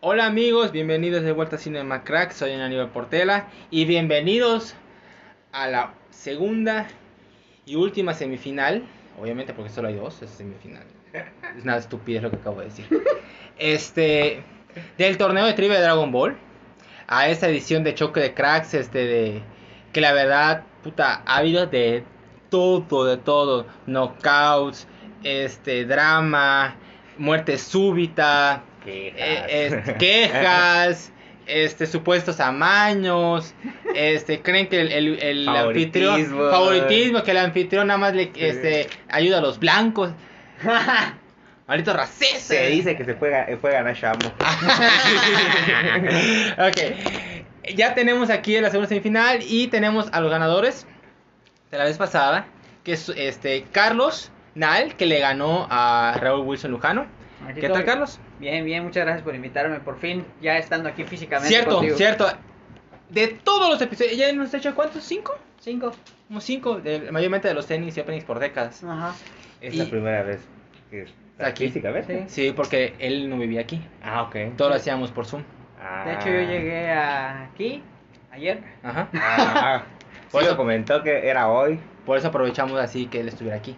Hola amigos, bienvenidos de vuelta a Cinema Crack, soy Aníbal Portela y bienvenidos a la segunda y última semifinal, obviamente porque solo hay dos, es semifinal. Es una estupidez lo que acabo de decir. Este, del torneo de trivia de Dragon Ball a esta edición de choque de cracks, este de que la verdad, puta, ha habido de todo, de todo, knockouts, este drama, muerte súbita, Quejas. eh, es- quejas, este, supuestos amaños, este, creen que el, el- el anfitrión, Favoritismo. favoritismo, que el anfitrión nada más le este, ayuda a los blancos. Maldito racista. Se dice que se eh, fue, ga- fue ganar Shamo. Ah, ok, ya tenemos aquí la segunda semifinal y tenemos a los ganadores de la vez pasada, que es este, Carlos Nal, que le ganó a Raúl Wilson Lujano. Aquí ¿Qué estoy. tal, Carlos? Bien, bien, muchas gracias por invitarme. Por fin, ya estando aquí físicamente. Cierto, contigo. cierto. De todos los episodios, ya hemos hecho cuántos, cinco, Cinco. como cinco, de- mayormente de los tenis y openings por Ah, décadas. Ajá. Es Y- la primera vez que está Aquí. físicamente. Sí, porque él no vivía aquí. Ah, ok. Todo lo hacíamos por Zoom. Ah. De hecho, yo llegué a- aquí ayer. Ajá. Ah, Por por eso- eso comentó que era hoy. Por eso aprovechamos así que él estuviera aquí.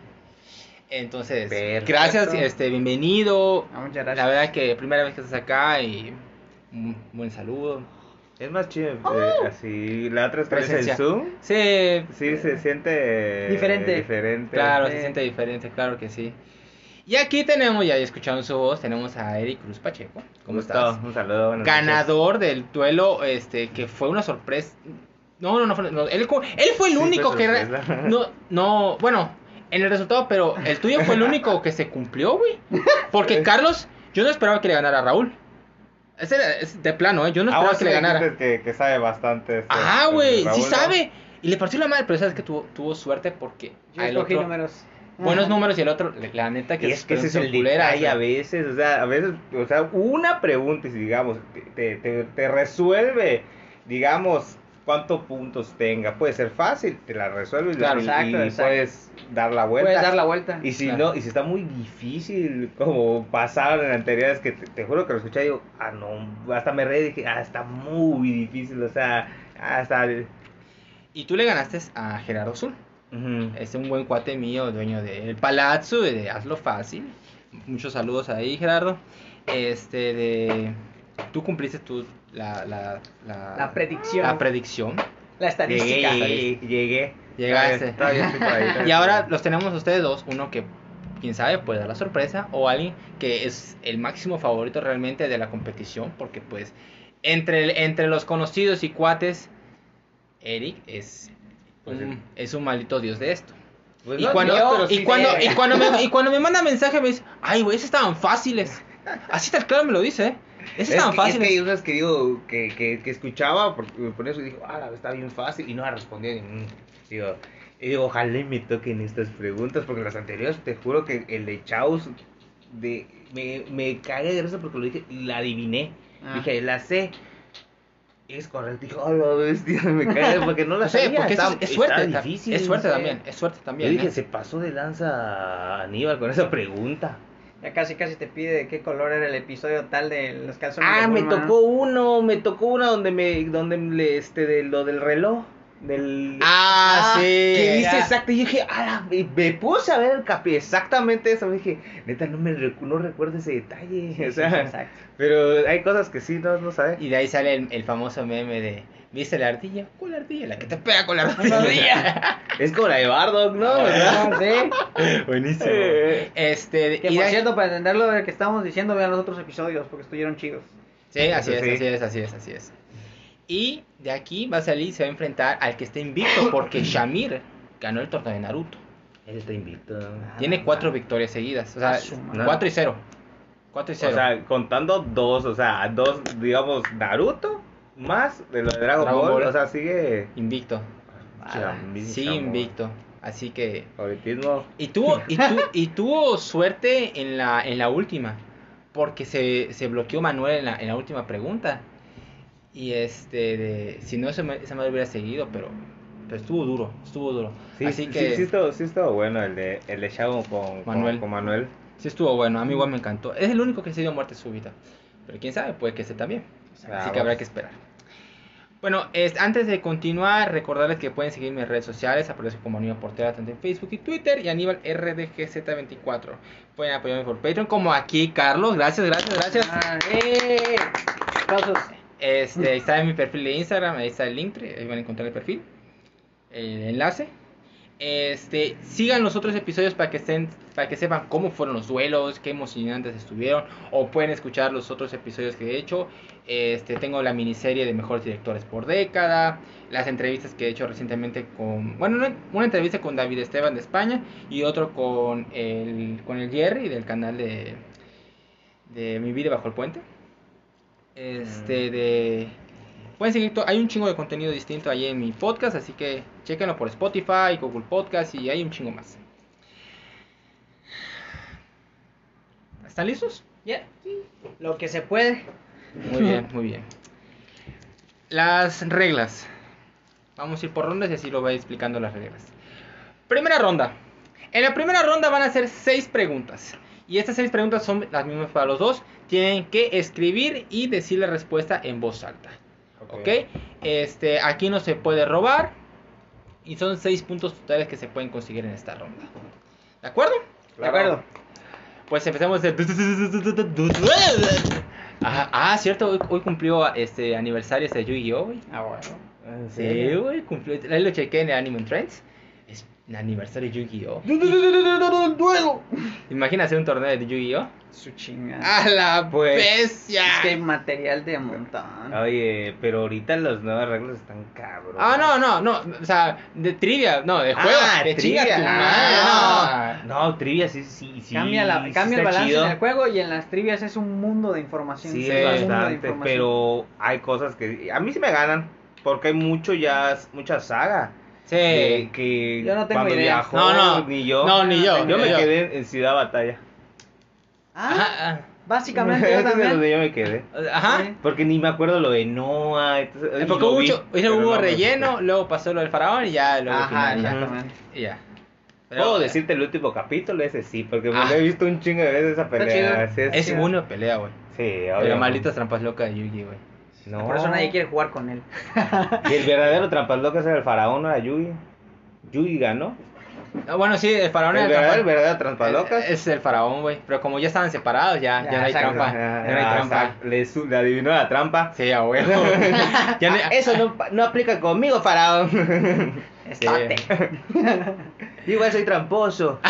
Entonces, Perfecto. gracias, este, bienvenido. Ah, muchas gracias. La verdad que primera vez que estás acá y un buen saludo. Es más chido eh, así. La otra vez en Oh. Presencia. Zoom. Sí, Sí, se siente eh, Diferente. diferente. Claro, se Sí. siente diferente, claro que sí. Y aquí tenemos, ya escucharon su voz, tenemos a Eric Cruz Pacheco. ¿Cómo Gusto, estás? Un saludo. buenas Ganador del duelo, este, que fue una sorpresa. No, no, no, fue- no, él, co- él fue el Sí, fue único que... re- sorpresa. No, no, bueno, en el resultado, pero el tuyo fue el único que se cumplió, güey. Porque Carlos, yo no esperaba que le ganara a Raúl. Ese era- es de plano, ¿eh? Yo no noches. Ah, esperaba vos que le sí me ganara. dijiste Que, que sabe bastante. este, Ajá, este, güey, sí Raúl, ¿no? sabe. Y le partió la madre, pero sabes que tuvo, tuvo suerte porque Yo al escogí otro- números. buenos Ajá. números y el otro, la- la neta Ah, que Y es que ese es el culera, detalle o sea. a veces, o sea, a veces, o sea, una pregunta, y si digamos, te- te, te- te resuelve, digamos, cuántos puntos tenga. Puede ser fácil, te la resuelve y, la- Claro, y- exacto, y exacto. puedes dar la vuelta. Puedes dar la vuelta. Y si Claro. no, y si está muy difícil, como pasaron en anteriores, que te, te juro que lo escuché y digo, ah, no, hasta me reí y dije, ah, está muy difícil, o sea, hasta... el- Y tú le ganaste a Gerardo Zul. Ujú. Es un buen cuate mío, dueño del Palazzo, de Hazlo Fácil. Muchos saludos ahí, Gerardo. Este, de... Tú cumpliste tu, la, la, la, La predicción. La predicción. La estadística. Llegué, llegué. Llegaste. Todavía, todavía estoy por ahí, todavía Y ahora estoy los tenemos a ustedes dos. Uno que, quién sabe, puede dar la sorpresa. O alguien que es el máximo favorito realmente de la competición. Porque, pues, entre, entre los conocidos y cuates, Eric es, Pues sí. un, es un maldito dios de esto. Pues y, no, cuando, Dios, pero y, sí cuando, sé. y, cuando me, y cuando me manda mensaje me dice, ay, güey, esos estaban fáciles. Así tal claro me lo dice, ¿eh? Esos es estaban que, es fáciles. que hay unas que digo que, que, que escuchaba por, por eso y dijo, ah, está bien fácil y no la respondía. Y, mm, digo, y digo, ojalá y me toquen estas preguntas porque las anteriores te juro que el de Chaos de, me, me cagué de risa porque lo dije, la adiviné. Ah. Dije, la sé. Es correcto, dijo, oh, la bestia, me cagué porque no la No sé, sabía. porque está- eso es, es está suerte. ta- difícil, es suerte no sé. también, es suerte Yo también. dije, ¿eh? se pasó de lanza Aníbal con esa pregunta. Ya casi, casi te pide de qué color era el episodio tal de los calzones. Ah, de me Bulma. tocó uno, me tocó uno donde me, donde le- este, de lo del reloj, del. Ah, sí. Que dice ya. exacto, y yo dije, ah, me, me puse a ver el capi, exactamente eso, dije, neta, no me recu- no recuerdo ese detalle, o sea, Exacto. pero hay cosas que sí, no, no sabes. Y de ahí sale el, el famoso meme de, ¿viste la ardilla? ¿Cuál ardilla? La que te pega con la rodilla. Es como la de Bardock, ¿no? ¿Verdad? Eh. Ah, sí. Buenísimo. este, Que y de por ahí- cierto, para entenderlo de lo que estamos diciendo, vean los otros episodios porque estuvieron chidos. Sí, así Eso es, sí. así es, así es, así es. Y de aquí va a salir, se va a enfrentar al que esté invicto porque Shamir ganó el torneo de Naruto. Él está invicto. Tiene cuatro victorias seguidas. O sea, Ah, su madre. cuatro y cero. Cuatro y O cero. sea, contando dos, o sea, dos, digamos, Naruto más de lo de Dragon, Dragon Ball, Ball. o sea, sigue. invicto. Chambín, Sí, chamo. invicto. Así que. Favoritismo. Y tuvo, y tu- y tuvo suerte en la, en la última. Porque se, se bloqueó Manuel en la, en la última pregunta. Y este, de- si no, esa ma- esa madre hubiera seguido, pero, pero estuvo duro, estuvo duro. Sí, Así sí, que sí, estuvo, sí estuvo bueno el de, el de Chavo con con- Manuel. Con, Manuel. Sí estuvo bueno, a mí igual me encantó. Es el único que se dio muerte súbita. Pero quién sabe, puede que esté también. Así Ah, que habrá vamos. que esperar. Bueno, es- antes de continuar, recordarles que pueden seguir mis redes sociales, aparezco como Aníbal Portela tanto en Facebook y Twitter y Aníbal RDGZ24. Pueden apoyarme por Patreon como aquí Carlos, gracias, gracias, gracias. Ah, ¡eh! Aplausos. Este, ahí está en mi perfil de Instagram, ahí está el link, ahí van a encontrar el perfil, el enlace. Este, sigan los otros episodios para que estén, para que sepan cómo fueron los duelos, qué emocionantes estuvieron, o pueden escuchar los otros episodios que he hecho. Este, tengo la miniserie de mejores directores por década, las entrevistas que he hecho recientemente con, bueno, una, una entrevista con David Esteban de España y otro con el, con el Jerry del canal de, de Mi Vida Bajo el Puente. Este de. Pueden seguir, to- hay un chingo de contenido distinto ahí en mi podcast, así que chequenlo por Spotify, Google Podcast y hay un chingo más. ¿Están listos? Ya. Lo que se puede. Muy bien, muy bien. Las reglas. Vamos a ir por rondas y así lo voy explicando las reglas. Primera ronda. En la primera ronda van a ser seis preguntas. Y estas seis preguntas son las mismas para los dos. Tienen que escribir y decir la respuesta en voz alta. ¿Ok? Este, aquí no se puede robar. Y son seis puntos totales que se pueden conseguir en esta ronda. ¿De acuerdo? De acuerdo. Pues empezamos de... Ah, ah, cierto, hoy, hoy cumplió este aniversario este Yu-Gi-Oh! güey. Ah, bueno. ¿En Sí, serio? güey, cumplió. Ahí lo chequé en el Anime Trends. Es el aniversario de Yu-Gi-Oh! ¡Duelo! Imagina hacer un torneo de Yu-Gi-Oh! Su chingada. ¡A la Pues, bestia! Qué material de montón. Oye, pero ahorita las nuevas reglas están cabrón. Ah, no, no, no. O sea, de trivia, no, de juego. Ah, de trivia. chinga tu madre, Ah, no. trivia sí, sí, sí. cambia la- sí cambia el está balance chido. en el juego y en las trivias es un mundo de información. Sí, Sí, es un mundo de bastante, información. pero hay cosas que a mí sí me ganan porque hay mucho ya mucha saga no. de Sí. que Yo no tengo cuando idea. viajó No, no. ni yo. No, ni yo. Yo ni me quedé en Ciudad Batalla. Ah, Ajá, ah, básicamente yo Ese es de también. donde yo me quedé. Ajá. Sí. Porque ni me acuerdo lo de Noah. entonces- Eh, y Porque lo hubo, vi, mucho- pero hubo no me relleno, acuerdo. luego pasó lo del faraón y ya luego el Ajá, final, ya. exactamente. Y ya. Puedo decirte el último capítulo, ese sí, porque me Ah. lo he visto un chingo de veces esa pelea. chido. sí, Es sí. uno pelea, güey. Sí, Pero obvio. malditas trampas locas de Yugi, güey. No. Por eso nadie quiere jugar con él. Y el verdadero trampas loco era el faraón, no era Yugi. Yugi ganó. Ah, bueno, sí, el faraón El era verdadero, el trampa- verdadero trampas locas. Es, es el faraón, güey. Pero como ya estaban separados, ya, ya, Ya, no hay exacto. trampa. Ah, Ya no hay ah, trampa. sa- Le, su- le adivinó la trampa. Sí, a huevo. ya no, Ah, eso no, no aplica conmigo, faraón. Estate. Igual soy tramposo.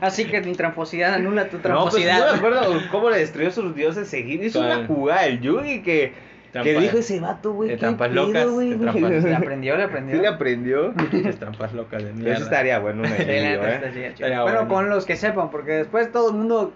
Así que mi tramposidad anula tu No, pues yo me tramposidad. acuerdo cómo le destruyó sus dioses seguidos. Hizo Claro. una jugada el Yugi que, Trampa- que dijo ese vato, güey. de qué trampas pedo, locas, güey, de güey". trampas. Le aprendió, le aprendió. Sí le aprendió. Pinches trampas locas de mierda. Eso estaría bueno. un Sí, la enemigo, neta ¿eh? estaría chido. Pero Bueno, bueno. con los que sepan, porque después todo el mundo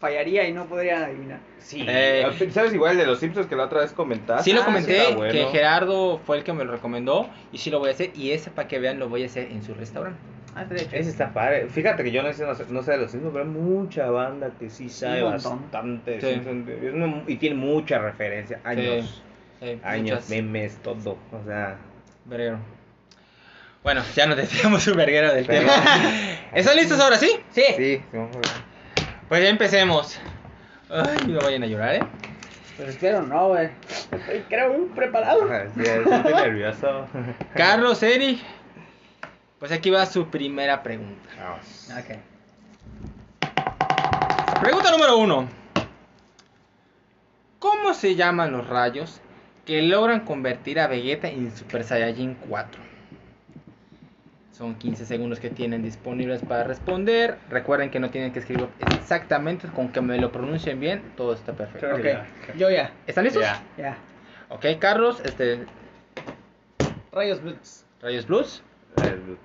fallaría y no podría adivinar. Sí. Eh, Ah, ¿Sabes igual de los Simpsons que la otra vez comentaste? Sí lo Ah, comenté, está bueno. que Gerardo fue el que me lo recomendó y sí lo voy a hacer. Y ese, para que vean, lo voy a hacer en su restaurante. Ah, estaría chido. Ese está padre. Fíjate que yo no sé, no sé, no sé de los Simpsons, pero hay mucha banda que sí sabe Un montón. bastante de Sí. Simpsons. Es una- y tiene mucha referencia. Años. Sí, Eh, muchas- Años, memes, todo. O sea. Verguero. Bueno, ya nos desviamos un verguero del Pero- tema. ¿Están listos ahora sí? Sí. Sí, vamos a ver. Pues ya empecemos. Ay, no vayan a llorar, ¿eh? Pero espero no, güey. Estoy, creo, muy preparado. Ajá, sí, estoy nervioso. Carlos, Eric. Pues aquí va su primera pregunta. Vamos. Ok. Pregunta número uno. ¿Cómo se llaman los rayos que logran convertir a Vegeta en Super Saiyajin 4? Son 15 segundos que tienen disponibles para responder. Recuerden que no tienen que escribir exactamente, con que me lo pronuncien bien, todo está perfecto. Ok. Yo ya. ¿Están listos? Ya. Ya. Ok, Carlos, este, Rayos Blitz. Rayos Blues. El-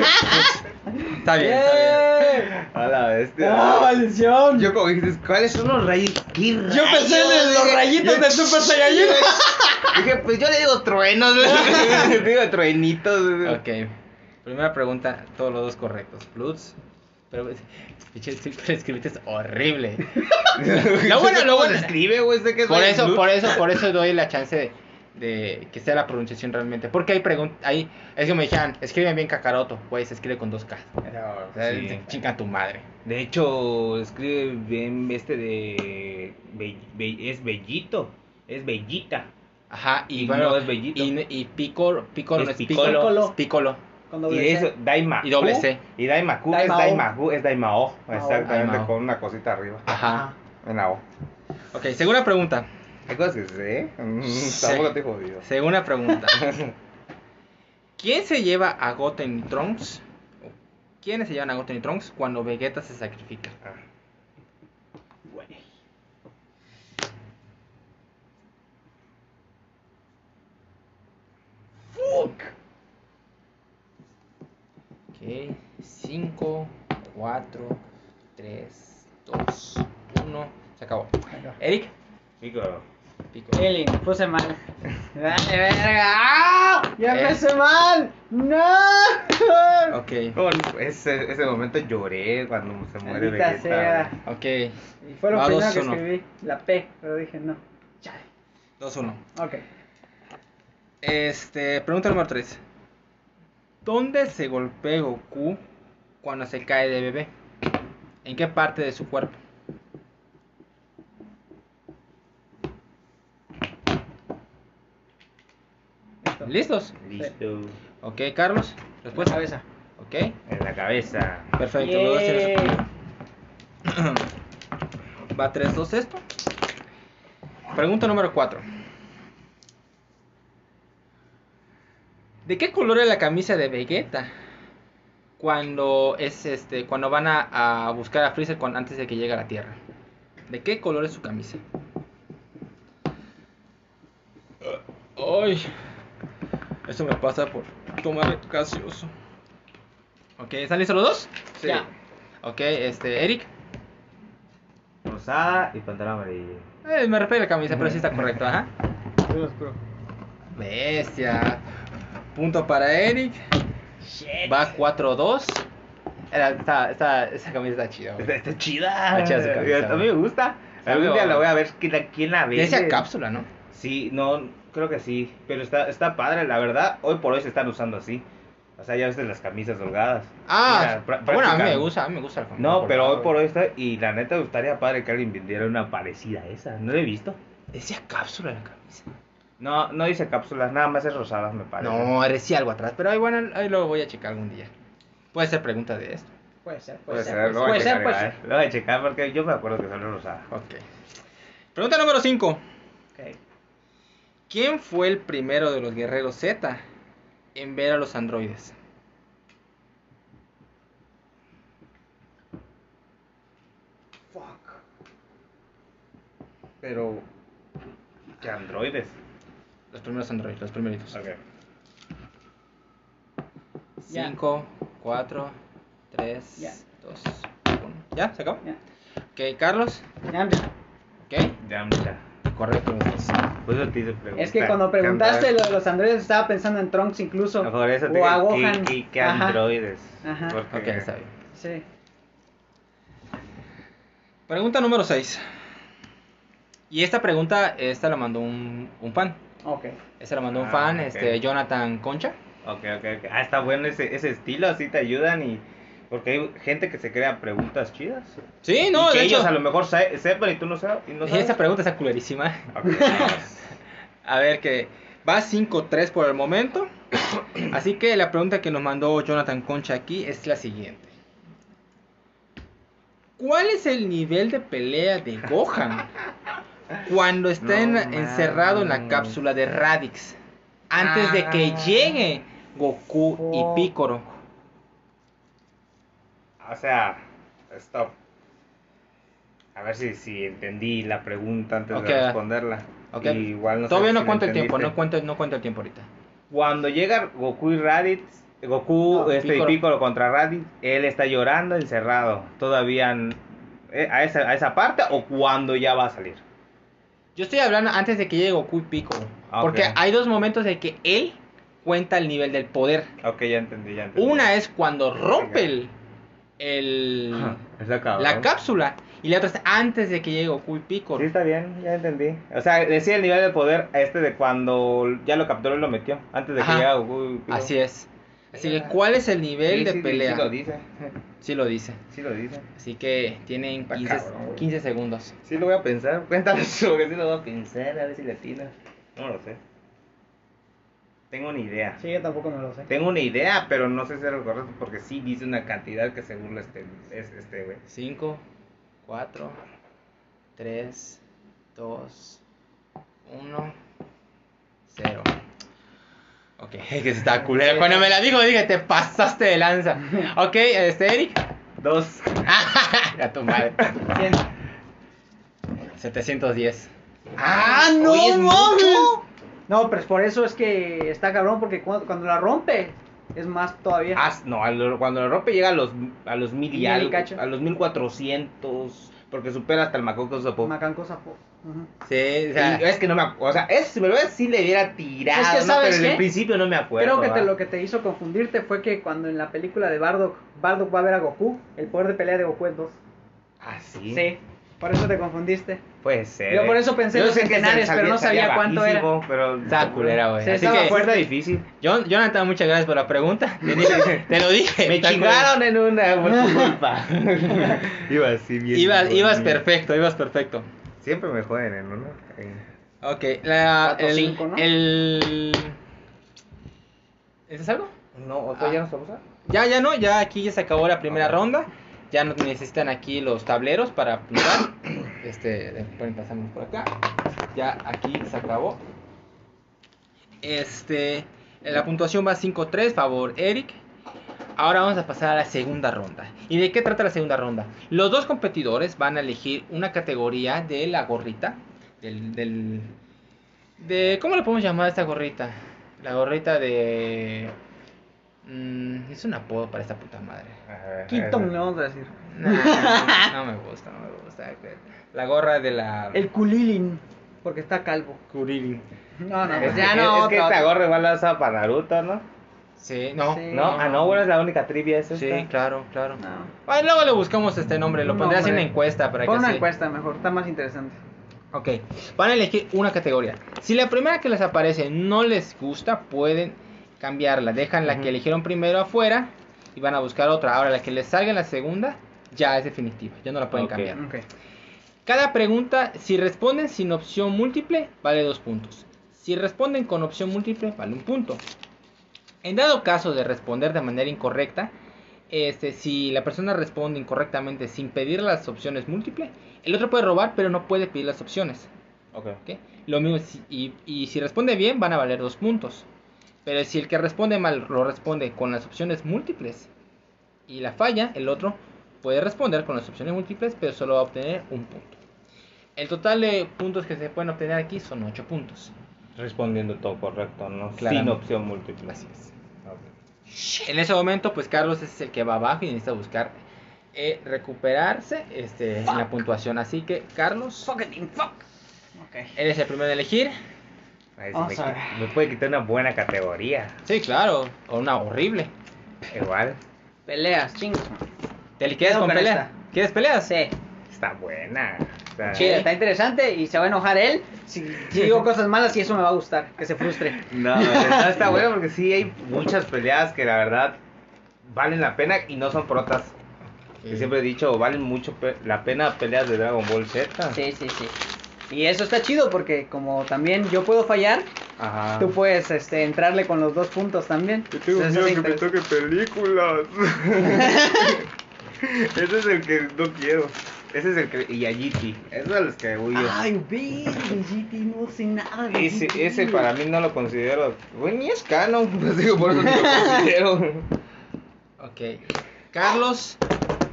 Está bien, está bien. A la bestia. ¡Eh! ¡Ah, maldición! Yo como dices, ¿cuáles son los rayitos? Ah, Yo pensé en los rayitos de Super Saiyajin. Dije, pues yo le digo truenos. le digo truenitos. Ok, primera pregunta, todos los dos correctos. Blues. Pero, es- pinche, sí, pero escribiste es horrible. lo bueno, lo ¿Cómo bueno. se escribe, güey, sé que es Por Ryan eso, Blue. por eso, por eso doy la chance de, de que sea la pronunciación realmente. Porque hay preguntas, hay, es que me dijeron, escribe bien Kakaroto, güey, se escribe con dos K. O sea, Sí. te chinga tu madre. De hecho, escribe bien este de. Be- Be- es Bellito. Es Bellita. Ajá, y, Y bueno, no es bellito. y, y Piccolo, Piccolo Es no es Piccolo. Piccolo, es Piccolo. Con Y doble de C. eso, Daima. Y doble C. Y Daimaku es Daimao. Daimaku, es Daimao. Mao. Exactamente, Daimao. con una cosita arriba. Ajá. Una O. Ok, segunda pregunta. Hay cosas que sé. Mm, Sí. Tampoco te he jodido. Segunda pregunta. ¿Quién se lleva a Goten y Trunks? ¿Quiénes se llevan a Goten y Trunks cuando Vegeta se sacrifica? Ah. Güey. Ok, 5, 4, 3, 2, 1. Se acabó. Eric, Piccolo. pico. Elin, puse mal. Dale, verga. ¡Ah! Ya Eh. empecé mal. ¡No! Ok, No, ese, ese momento lloré cuando se muere Maldita Vegeta. sea. ok. Y fue lo Va primero dos, que uno. escribí. La P, pero dije no. Chale. 2, 1. Ok. Este, pregunta número 3. ¿Dónde se golpea Goku cuando se cae de bebé? ¿En qué parte de su cuerpo? Listo. ¿Listos? Listo. Ok, Carlos. Pues Respuesta. cabeza. Ok, En la cabeza. perfecto. Yay. lo dos eres el primero. Va 3, 2 esto. Pregunta número 4. ¿De qué color es la camisa de Vegeta? Cuando es este. Cuando van a, a buscar a Freezer cuan- antes de que llegue a la Tierra. ¿De qué color es su camisa? Ay. Eso me pasa por tomar gaseoso. Ok, ¿están listos los dos? Sí. Ya. Ok, este, Eric. Rosada y pantalón amarillo. Eh, me refiero a la camisa, pero sí está correcto, ajá. Azul oscuro. Bestia. Punto para Eric. Shit. Va 4-2. Era- está- está- esa camisa está chida, güey. Está, está chida. Está chida su camisa, a mí me gusta. Está Algún día muy buena. la voy a ver quién la, quién la Ya vende. decía cápsula, ¿no? Sí, no, creo que sí. Pero está, está padre, la verdad. Hoy por hoy se están usando así. O sea, ya ves las camisas holgadas. Ah, Mira, pra- bueno, a mí me práctica- gusta, a mí me gusta la camisa. No, pero hoy colgada, por güey. hoy está. Y la neta, gustaría padre que alguien vendiera una parecida a esa. No la he visto. Decía cápsula la camisa. No, no dice cápsulas, nada más es rosada, me parece. No, decía algo atrás, pero ahí, bueno, ahí lo voy a checar algún día. Puede ser pregunta de esto. Puede ser, puede, Puede ser. ser, pues. lo voy a puede ser, checar. puede igual. ¿eh? ser. Lo voy a checar porque yo me acuerdo que son rosadas. Ok. Pregunta número 5. Ok. ¿Quién fue el primero de los guerreros Z en ver a los androides? Fuck. Pero. Que androides. Los primeros androides, los primeritos. Ok. 5, 4, 3, Ya. 2, 1. ¿Ya? ¿Se acabó? Ya. Ok, Carlos. Yamcha. Ok, Yamcha. correcto los dos. Pues eso te hice preguntar. Es que cuando ¿Qué preguntaste androides? lo de los androides estaba pensando en Trunks incluso. Por eso te o a digo, ¿qué- Gohan. qué- qué Ajá. androides? Ajá. Porque- Ok, está bien. Sí. Pregunta número 6. Y esta pregunta, esta la mandó un, un fan. Ok. Esta la mandó un Ah, fan, ok. este, Jonathan Concha. Ok, ok, ok. Ah, está bueno ese, ese estilo, así te ayudan y... Porque hay gente que se crea preguntas chidas. Sí, no, y que de ellos hecho. a lo mejor sa- sepan y tú no sabes. Y no y sabes. Esta pregunta está culerísima. Ok, vamos. A ver que va 5-3 por el momento. Así que la pregunta que nos mandó Jonathan Concha aquí es la siguiente. ¿Cuál es el nivel de pelea de Gohan cuando está en- No encerrado en la mames. cápsula de Radix? Antes de que Ah. llegue Goku Oh. y Piccolo. O sea, stop. A ver si, si entendí la pregunta antes Ok. de responderla. Ok. Y Igual no sé Todavía si no la cuento el tiempo, no entendiste. cuento, no cuento el tiempo ahorita. Cuando llega Goku y Raditz, Goku No, este, y Piccolo. Piccolo contra Raditz, él está llorando encerrado. Todavía n- eh, a, esa, a esa parte o cuando ya va a salir. Yo estoy hablando antes de que llegue Goku y Piccolo. Ah, Porque ok. hay dos momentos de que él cuenta el nivel del poder. Ok, ya entendí, ya entendí. Una es cuando rompe el, el- Esa cabrón. la cápsula Y la otra es antes de que llegue Goku y Piccolo. Sí, está bien, ya entendí. O sea, decía el nivel de poder a este de cuando ya lo capturó y lo metió. Antes de Ajá. que llegara Goku. y Piccolo. Así es. Así que, ¿cuál es el Sí, nivel de sí, sí, pelea? Sí lo dice. Sí lo dice. Sí lo dice. Así que tienen Está 15, cabrón, güey. 15 segundos. Sí lo voy a pensar. Cuéntame sobre sí lo voy a pensar, a ver si le atinas. No lo sé. Tengo una idea. Sí, yo tampoco me lo sé. Tengo una idea, pero no sé si es lo correcto porque sí dice una cantidad que según este es este güey. 5, 4, 3, 2, 1, 0. Ok, que se está culero. Cuando me la dijo, dije, te pasaste de lanza. Ok, este Eric. Dos. Ah, A tu madre. ¿Quién? 710. ¡Ah, no! Oye, es mames! mucho. No, pero es por eso es que está cabrón, porque cuando, cuando la rompe es más todavía. Ah, no, a lo- cuando la rompe llega a los, a los mil y Mil y algo, cacho. a los mil cuatrocientos, porque supera hasta el Macoco Sopo. Macanco sapo. Ujú. Sí, o Y sea, es que no me acuerdo, o sea, eso si me lo ves, sí le hubiera tirado, Es que, ¿no? ¿sabes pero en qué? el principio no me acuerdo. Creo que te, ¿va? lo que te hizo confundirte fue que cuando en la película de Bardock, Bardock va a ver a Goku, el poder de pelea de Goku es 2. Ah, sí. ¿Sí? por eso te confundiste. Puede ser. Yo eh. por eso pensé en los sé que se- centenares, pero no sabía cuánto era. bajísimo, Pero Estaba culera, güey. Se Así estaba que, Fuerza difícil. Jon- Jonathan, muchas gracias por la pregunta. Te, dije- te lo dije. Me está chingaron culero. en una por tu culpa. Iba así bien. Ibas, hijo de ibas mí. perfecto, ibas perfecto. Siempre me joden en uno. Ok, la, Cuatro, el, cinco, ¿no? el... ¿Eso es algo? No, ¿otro ya nos vamos a Ah. Ya, ya no, ya aquí ya se acabó la primera Ok. ronda. Ya no necesitan aquí los tableros para apuntar. Este, eh, pueden pasarnos por acá. Ya aquí se acabó. Este, la puntuación va 5-3, favor Eric. Ahora vamos a pasar a la segunda ronda. ¿Y de qué trata la segunda ronda? Los dos competidores van a elegir una categoría de la gorrita. Del, del, de, ¿Cómo le podemos llamar a esta gorrita? La gorrita de... mm, es un apodo para esta puta madre. Keaton, le vamos a decir. Nah, no, me gusta, no me gusta. La gorra de la... El Kulilin, porque está calvo. Kuririn. No, no, Es pues que, ya no. es que otra, esta otra. gorra igual la usa para Naruto, ¿no? Sí, no. Sí. No, ah, no, bueno, es la única trivia es esta. Sí, claro, claro. No. Ay, luego le buscamos este nombre, lo Un pondré así en nombre. una encuesta para Pon que una se- encuesta mejor, está más interesante. Ok, van a elegir una categoría. Si la primera que les aparece no les gusta, pueden cambiarla. Dejan la Ujú. que eligieron primero afuera y van a buscar otra. Ahora, la que les salga en la segunda ya es definitiva, ya no la pueden Ok. cambiar. Ok. Cada pregunta, si responden sin opción múltiple, vale dos puntos. Si responden con opción múltiple, vale un punto. En dado caso de responder de manera incorrecta, este, si la persona responde incorrectamente sin pedir las opciones múltiples, el otro puede robar, pero no puede pedir las opciones. Ok. ¿ok? Lo mismo, si- y, y si responde bien, van a valer dos puntos. Pero si el que responde mal lo responde con las opciones múltiples y la falla, el otro puede responder con las opciones múltiples, pero solo va a obtener un punto. El total de puntos que se pueden obtener aquí son 8 puntos. Respondiendo todo correcto, ¿no? Sin Claramente. opción múltiple. Así es. Ok. En ese momento, pues Carlos es el que va abajo y necesita buscar eh, recuperarse este, en la puntuación. Así que, Carlos, Fucking fuck. Ok. eres el primero en elegir. Ay, sí Vamos me, a qui- me puede quitar una buena categoría. Sí, claro, o una horrible. Igual. Peleas, chingos. ¿Te liquidas Quedo con con peleas? esta. ¿Quieres peleas? Sí. Está buena. O sea, Chido, está interesante y se va a enojar él si, si digo cosas malas y eso me va a gustar, que se frustre. No, no, está bueno porque sí hay muchas peleas que la verdad valen la pena y no son protas. Que siempre he dicho, valen mucho pe- la pena peleas de Dragon Ball Z. Sí, sí, sí. Y eso está chido porque como también yo puedo fallar, Ajá. tú puedes este, entrarle con los dos puntos también. Entonces, eso está inter- toque películas. Ese es el que no quiero. Ese es el que. Y a GT. Esos son los que huyo. Ay, vi, GT, no sé nada. de Ese, GT. ese para mí no lo considero. Güey, ni es canon. pues, digo, por eso no lo considero. Ok. Carlos,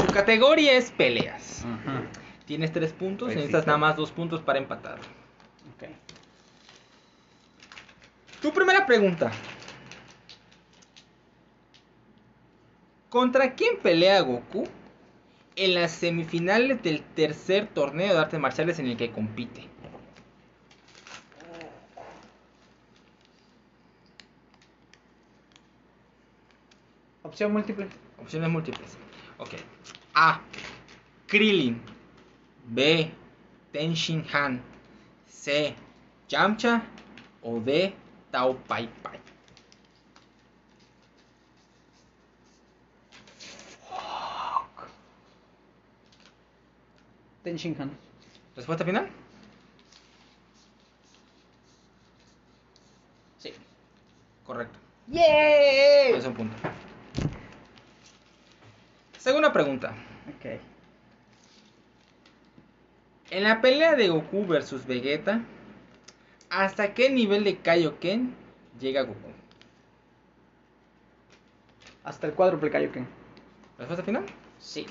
tu categoría es peleas. Ajá, Tienes tres puntos, Éxito. necesitas nada más dos puntos para empatar. ok. Tu primera pregunta. ¿Contra quién pelea Goku en las semifinales del tercer torneo de artes marciales en el que compite? Opción múltiple. Opciones múltiples. Ok. A. Krillin. B. Tenshin Han. C. Yamcha. O D. Tao Pai Pai. Ten Shinhan. ¿Respuesta final? Sí. Correcto. ¡Yay! Es un punto. Segunda pregunta. Ok. En la pelea de Goku versus Vegeta, ¿hasta qué nivel de Kaioken llega Goku? Hasta el cuádruple Kaioken. ¿Respuesta final? Sí.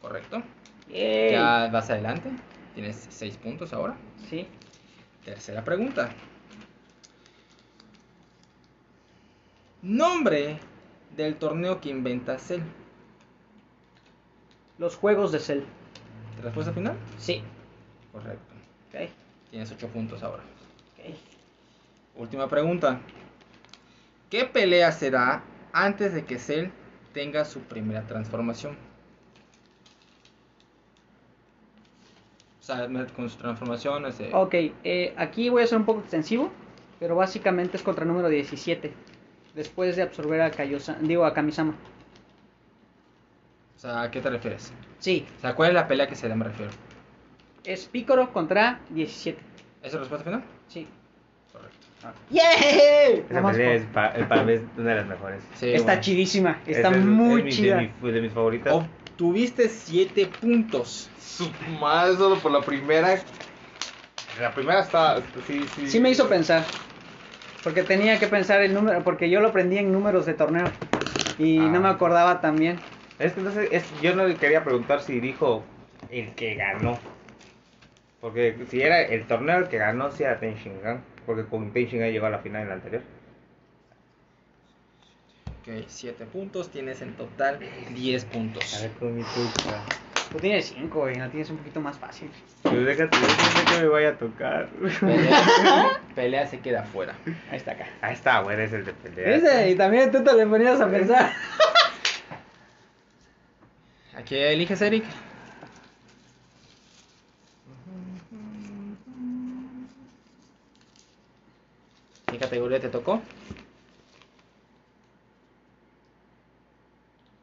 Correcto. ¡Yay! Ya vas adelante. Tienes 6 puntos ahora. Sí. Tercera pregunta. Nombre del torneo que inventa Cell. Los juegos de Cell. ¿Respuesta final? Sí. Correcto. Ok. Tienes 8 puntos ahora. Ok. Última pregunta. ¿Qué pelea será antes de que Cell tenga su primera transformación? O sea, me- con su transformación, ese- Ok, eh, aquí voy a ser un poco extensivo, pero básicamente es contra el número 17. Después de absorber a Kaiosa- digo a Kamisama. o sea, ¿a qué te refieres? Sí, O sea, ¿cuál es la pelea que será, me refiero? es Picoro contra 17. ¿Esa es la respuesta final? Sí. Correcto. ¡Yay! Esa Nomás pelea por- es pa- eh, para mí es una de las mejores. Sí, está bueno. chidísima, está Esa es- es muy mi- de chida. mi- De, mis favoritas. Obtuviste 7 puntos. Oh, Su madre, solo por la primera. La primera está. este, Sí, sí. Sí me hizo pensar. Porque tenía que pensar el número, porque yo lo aprendí en números de torneo. Y no Ah. me acordaba también. Es que entonces, es- yo no le quería preguntar si dijo el que ganó. Porque si era el torneo el que ganó, si era Ten Shinhan. Porque con Ten Shinhan llegó a la final en la anterior. Ok, 7 puntos. Tienes en total 10 A puntos. ver con mi tuca. Tú tienes 5, güey, la tienes un poquito más fácil. Pero déjate, déjate que me vaya a tocar. Pues Pelea, pelea se queda fuera. Ahí está acá. Ahí está, güey, es el de pelea. ¿Viste? Y también tú te le ponías a pensar. ¿A qué eliges, Eric? ¿Qué categoría te tocó?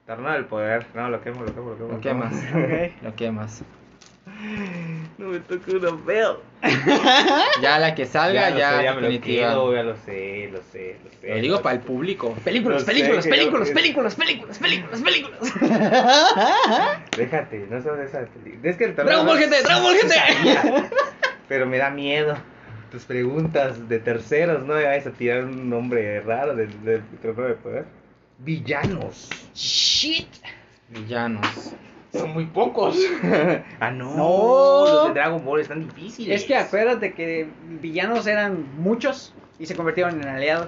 Torneo del poder. No, lo quemo, lo quemo, lo quemo. Lo quemas. Ok. Lo quemas. No me toca uno feo. Ya la que salga, lo ya, sé, me lo definitiva. quedo, ya lo sé, lo sé, lo sé. Lo digo para el público. Películas, películas, películas, películas, Películas, películas, películas. Déjate, no seas de esa película. Es que el torneo. Dragon Ball GT, Dragon Ball GT. Pero me da miedo. Tus preguntas de terceros, no me vayas a tirar un nombre raro del del torneo de poder. Villanos. Shit. Villanos. Son muy pocos. ah, no, No. Los de Dragon Ball están difíciles. Es que acuérdate que villanos eran muchos y se convirtieron en aliados.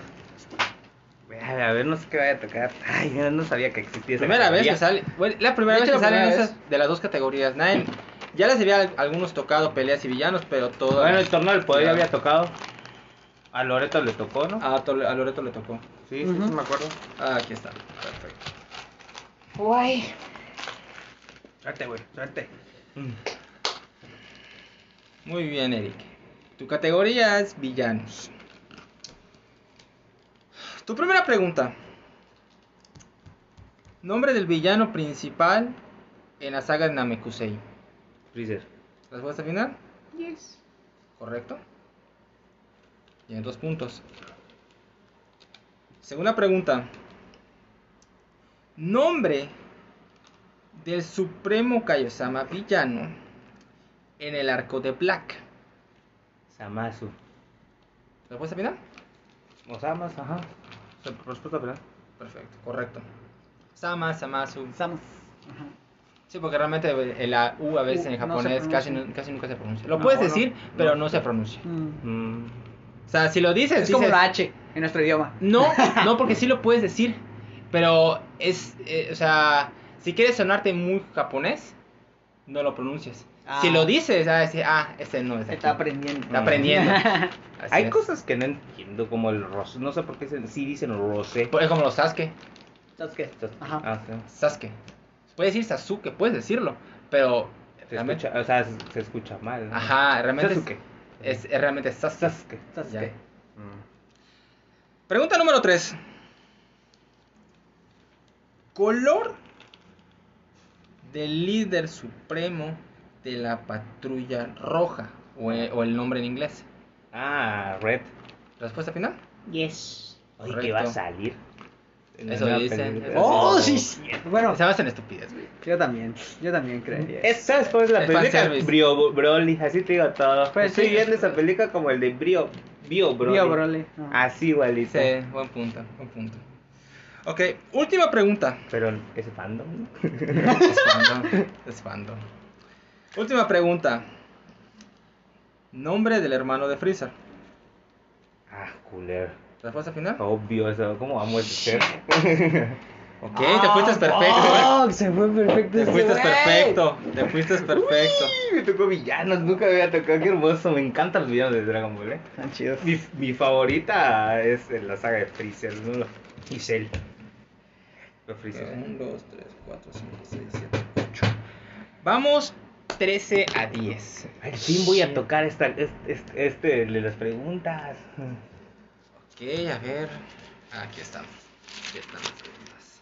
A ver, a ver, no sé qué vaya a tocar. Ay, yo no sabía que existía esa Primera vez categoría. que sale. bueno, la primera De vez hecho, que la salen primera esas de las dos categorías. Nadie- ya les había al- algunos tocado peleas y villanos, pero todo. Bueno, el torneo del poder ya había tocado. A Loreto le tocó, ¿no? a, Tol- Ah, a Loreto le tocó. sí, sí, sí, me acuerdo. Ah, aquí está. Perfecto. Guay. Suerte, güey, suerte. Muy bien, Eric. Tu categoría es villanos. Tu primera pregunta. Nombre del villano principal en la saga de Namekusei. Freezer. ¿Respuesta final? Yes. ¿Correcto? Tiene dos puntos. Segunda pregunta. Nombre del supremo Kaiosama villano en el arco de Black. Samasu. ¿Respuesta final? Osamas, ajá. Se- Respuesta final. Perfecto, correcto. Sama, Samasu. Samus. Sí, porque realmente el- la U a veces en U, no se japonés casi, pronuncia. nu- casi nunca se pronuncia. Lo No, puedes no, decir, no. pero no se pronuncia. Mm. Mm. O sea, si lo dices, Es como dices- la H en nuestro idioma. No, no, porque sí lo puedes decir. Pero es, eh, o sea, si quieres sonarte muy japonés, no lo pronuncias. Ah. Si lo dices, ah, ese, ah, este no Mm. es. de Está aquí. aprendiendo. Está aprendiendo. Así Hay es. cosas que no entiendo, como el rosé. No sé por qué se- sí dicen rosé. Por- pues, Es como los Sasuke. ¿Sabes qué? Ajá. Ah, sí. Sasuke. Puedes decir Sasuke, puedes decirlo. Pero Se Realmente- escucha, o sea, se se escucha mal. ¿no? Ajá, realmente es- Sasuke. es, es realmente Sasuke. Sasuke. Sasuke. Ya. Mm. Pregunta número 3. Color del líder supremo de la patrulla roja o, e- o el nombre en inglés. Ah, Red. Respuesta final. Yes. Oye, Correcto. que va a salir. En la Eso nueva dicen, película. eso ¡Oh, Pero- sí! cierto. Bueno, Se basan en estupidez, güey. yo también. Yo también creería. Es, ¿Sabes cuál es la Es película? fanservice. Brio Broly, así te digo todo. Pues Estoy sí. viendo esa película como el de Brio, Bio Broly. Bio Broly, no. Así igualito. Sí, buen punto, buen punto. Ok, última pregunta. Pero es fandom. ¿no? Es fandom, es fandom. Última pregunta. Nombre del hermano de Freezer. Ah, culero. Respuesta Oh. final. Obvio, eso. ¿Cómo vamos a ser? Ok, te fuiste perfecto. Oh, se fue perfecto. Te ese fuiste güey. perfecto, te fuiste perfecto. Me tocó villanos, nunca me había tocado. Qué hermoso. Me encantan los villanos de Dragon Ball, eh. Tan chido. Mi, mi favorita es en la saga de Freezer, ¿no? Y Cell. Los Freezer. 1, 2, 3, 4, 5, 6, 7, 8. Vamos 13 a 10. Al fin voy a tocar esta, este, este, este de las preguntas. Ok, a ver. Aquí estamos. Aquí están las preguntas.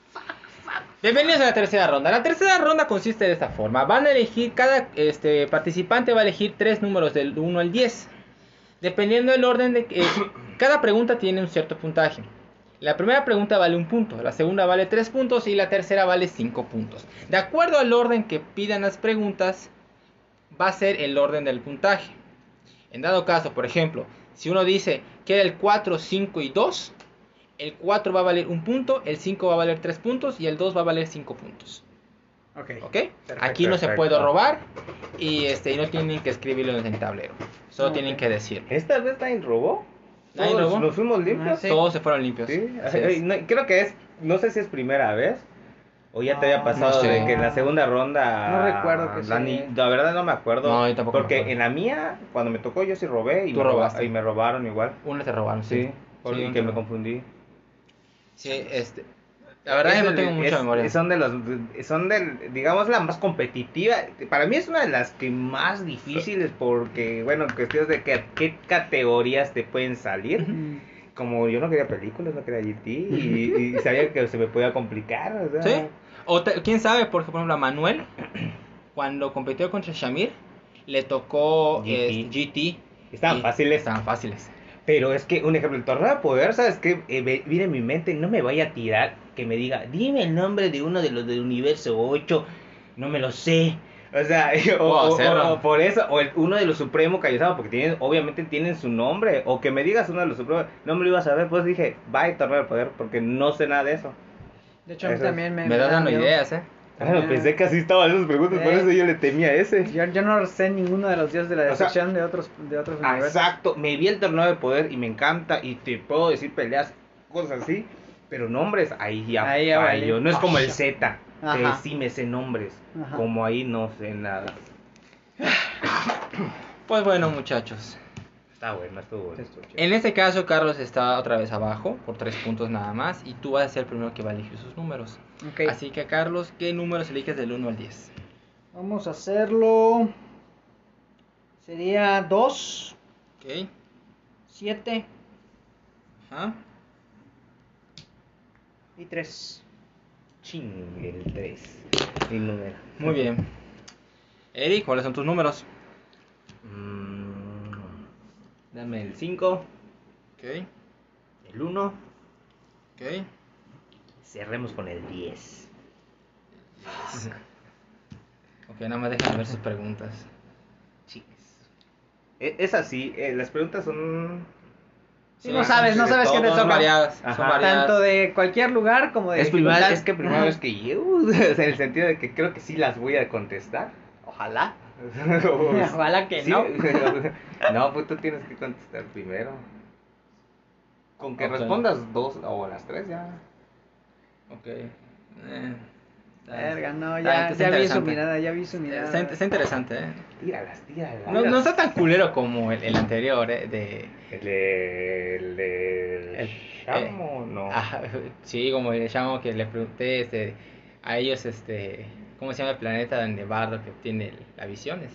Bienvenidos a la tercera ronda. La tercera ronda consiste de esta forma. Van a elegir, cada este, participante va a elegir tres números del 1 al 10. Dependiendo del orden de que- eh, cada pregunta tiene un cierto puntaje. La primera pregunta vale un punto, la segunda vale tres puntos y la tercera vale cinco puntos. De acuerdo al orden que pidan las preguntas, va a ser el orden del puntaje. En dado caso, por ejemplo, si uno dice que era el 4, 5 y 2, el 4 va a valer un punto, el 5 va a valer 3 puntos y el 2 va a valer 5 puntos. Ok. ¿Ok? Aquí no se perfecto. puede robar y este, y no tienen que escribirlo en el tablero. Solo Ok. tienen que decir. ¿Esta vez nadie robó? Nadie ¿Todos robó. ¿Nos fuimos Ah, limpios? sí. Todos se fueron limpios. Sí, Así ay, es. no, creo que es, no sé si es primera vez o ya te Ah, había pasado no sé. de que en la segunda ronda. No recuerdo que la, sí. ni- la verdad no me acuerdo. No, yo tampoco me Porque acuerdo. en la mía, cuando me tocó, yo sí robé y, Tú me, roba- robaste. y me robaron igual. Uno te robaron, sí. Sí, porque uno que te me robaron. confundí. Sí, este. La verdad, yo Es no el- tengo mucha es- memoria. Son de los, son del, digamos, la más competitiva. Para mí es una de las que más difíciles porque, bueno, cuestiones de que- qué categorías te pueden salir. Mm. Como yo no quería películas, no quería GT y, y sabía que se me podía complicar. O sea, ¿Sí? O te- quién sabe, porque por ejemplo a Manuel, cuando compitió contra Shamir, le tocó GT. este, GT. Estaban Y- fáciles. Estaban fáciles. Pero es que, un ejemplo, el torneo de poder, ¿sabes qué? Eh, ve- viene en mi mente, no me vaya a tirar que me diga, dime el nombre de uno de los del universo 8, no me lo sé. O sea, o, Puedo o- hacerlo. o por eso, o el- uno de los supremos Cayosama, porque tienen, obviamente tienen su nombre, o que me digas uno de los supremos, no me lo iba a saber, pues dije, bye, torneo de poder, porque no sé nada de eso. De hecho, a mí Eso es- también me. Me da estás dando miedo. ideas, ¿eh? Claro, Ah. pensé que así estaban esas preguntas, por Eh. eso yo le temía a ese. Yo, yo no sé ninguno de los dioses de la O sea- destrucción de otros, de otros Ah, universos. Exacto, me vi el torneo de poder y me encanta y te puedo decir peleas, cosas así, pero nombres ahí ya Ahí ya fallo. valió. No es como el Ajá. Z, que Ajá. sí me sé nombres, Ajá. como ahí no sé nada. Pues bueno, muchachos. Está bueno, estuvo bueno. En este caso, Carlos está otra vez abajo, por tres puntos nada más, y tú vas a ser el primero que va a elegir sus números. Ok. Así que, Carlos, ¿qué números eliges del 1 al 10? Vamos a hacerlo. Sería 2, Ok. Ah, 7 Ajá. y 3. Ching, el 3. Mi número. Muy bien. Eric, ¿cuáles son tus números? Mm, dame el 5, Ok, el 1, ok. cerremos con el 10. Ok, nada más déjame ver sus preguntas. Chicas. E- Es así, eh, las preguntas son... Sí, no sabes, no sabes qué te Son toca. variadas, Ajá. son variadas. Tanto de cualquier lugar como de. Es, primera, dificultad. es que primera vez que llevo, o sea, en el sentido de que creo que sí las voy a contestar. Ojalá. Ojalá que no. no, pues tú tienes que contestar primero. Con que Ok. respondas dos o las tres ya. Ok. Eh, está- Verga, no, está- ya, está ya vi interesante. su Eh, mirada, ya vi su mirada. Está, está interesante, ¿eh? Tíralas, tíralas. No, no está tan culero como el, el anterior, ¿eh? De... El de... El de... El- eh, Shamo, no. ah, Ajá, sí, como le llamo que le pregunté este, a ellos este, ¿Cómo se llama el planeta de Nevardo que tiene el- las visiones?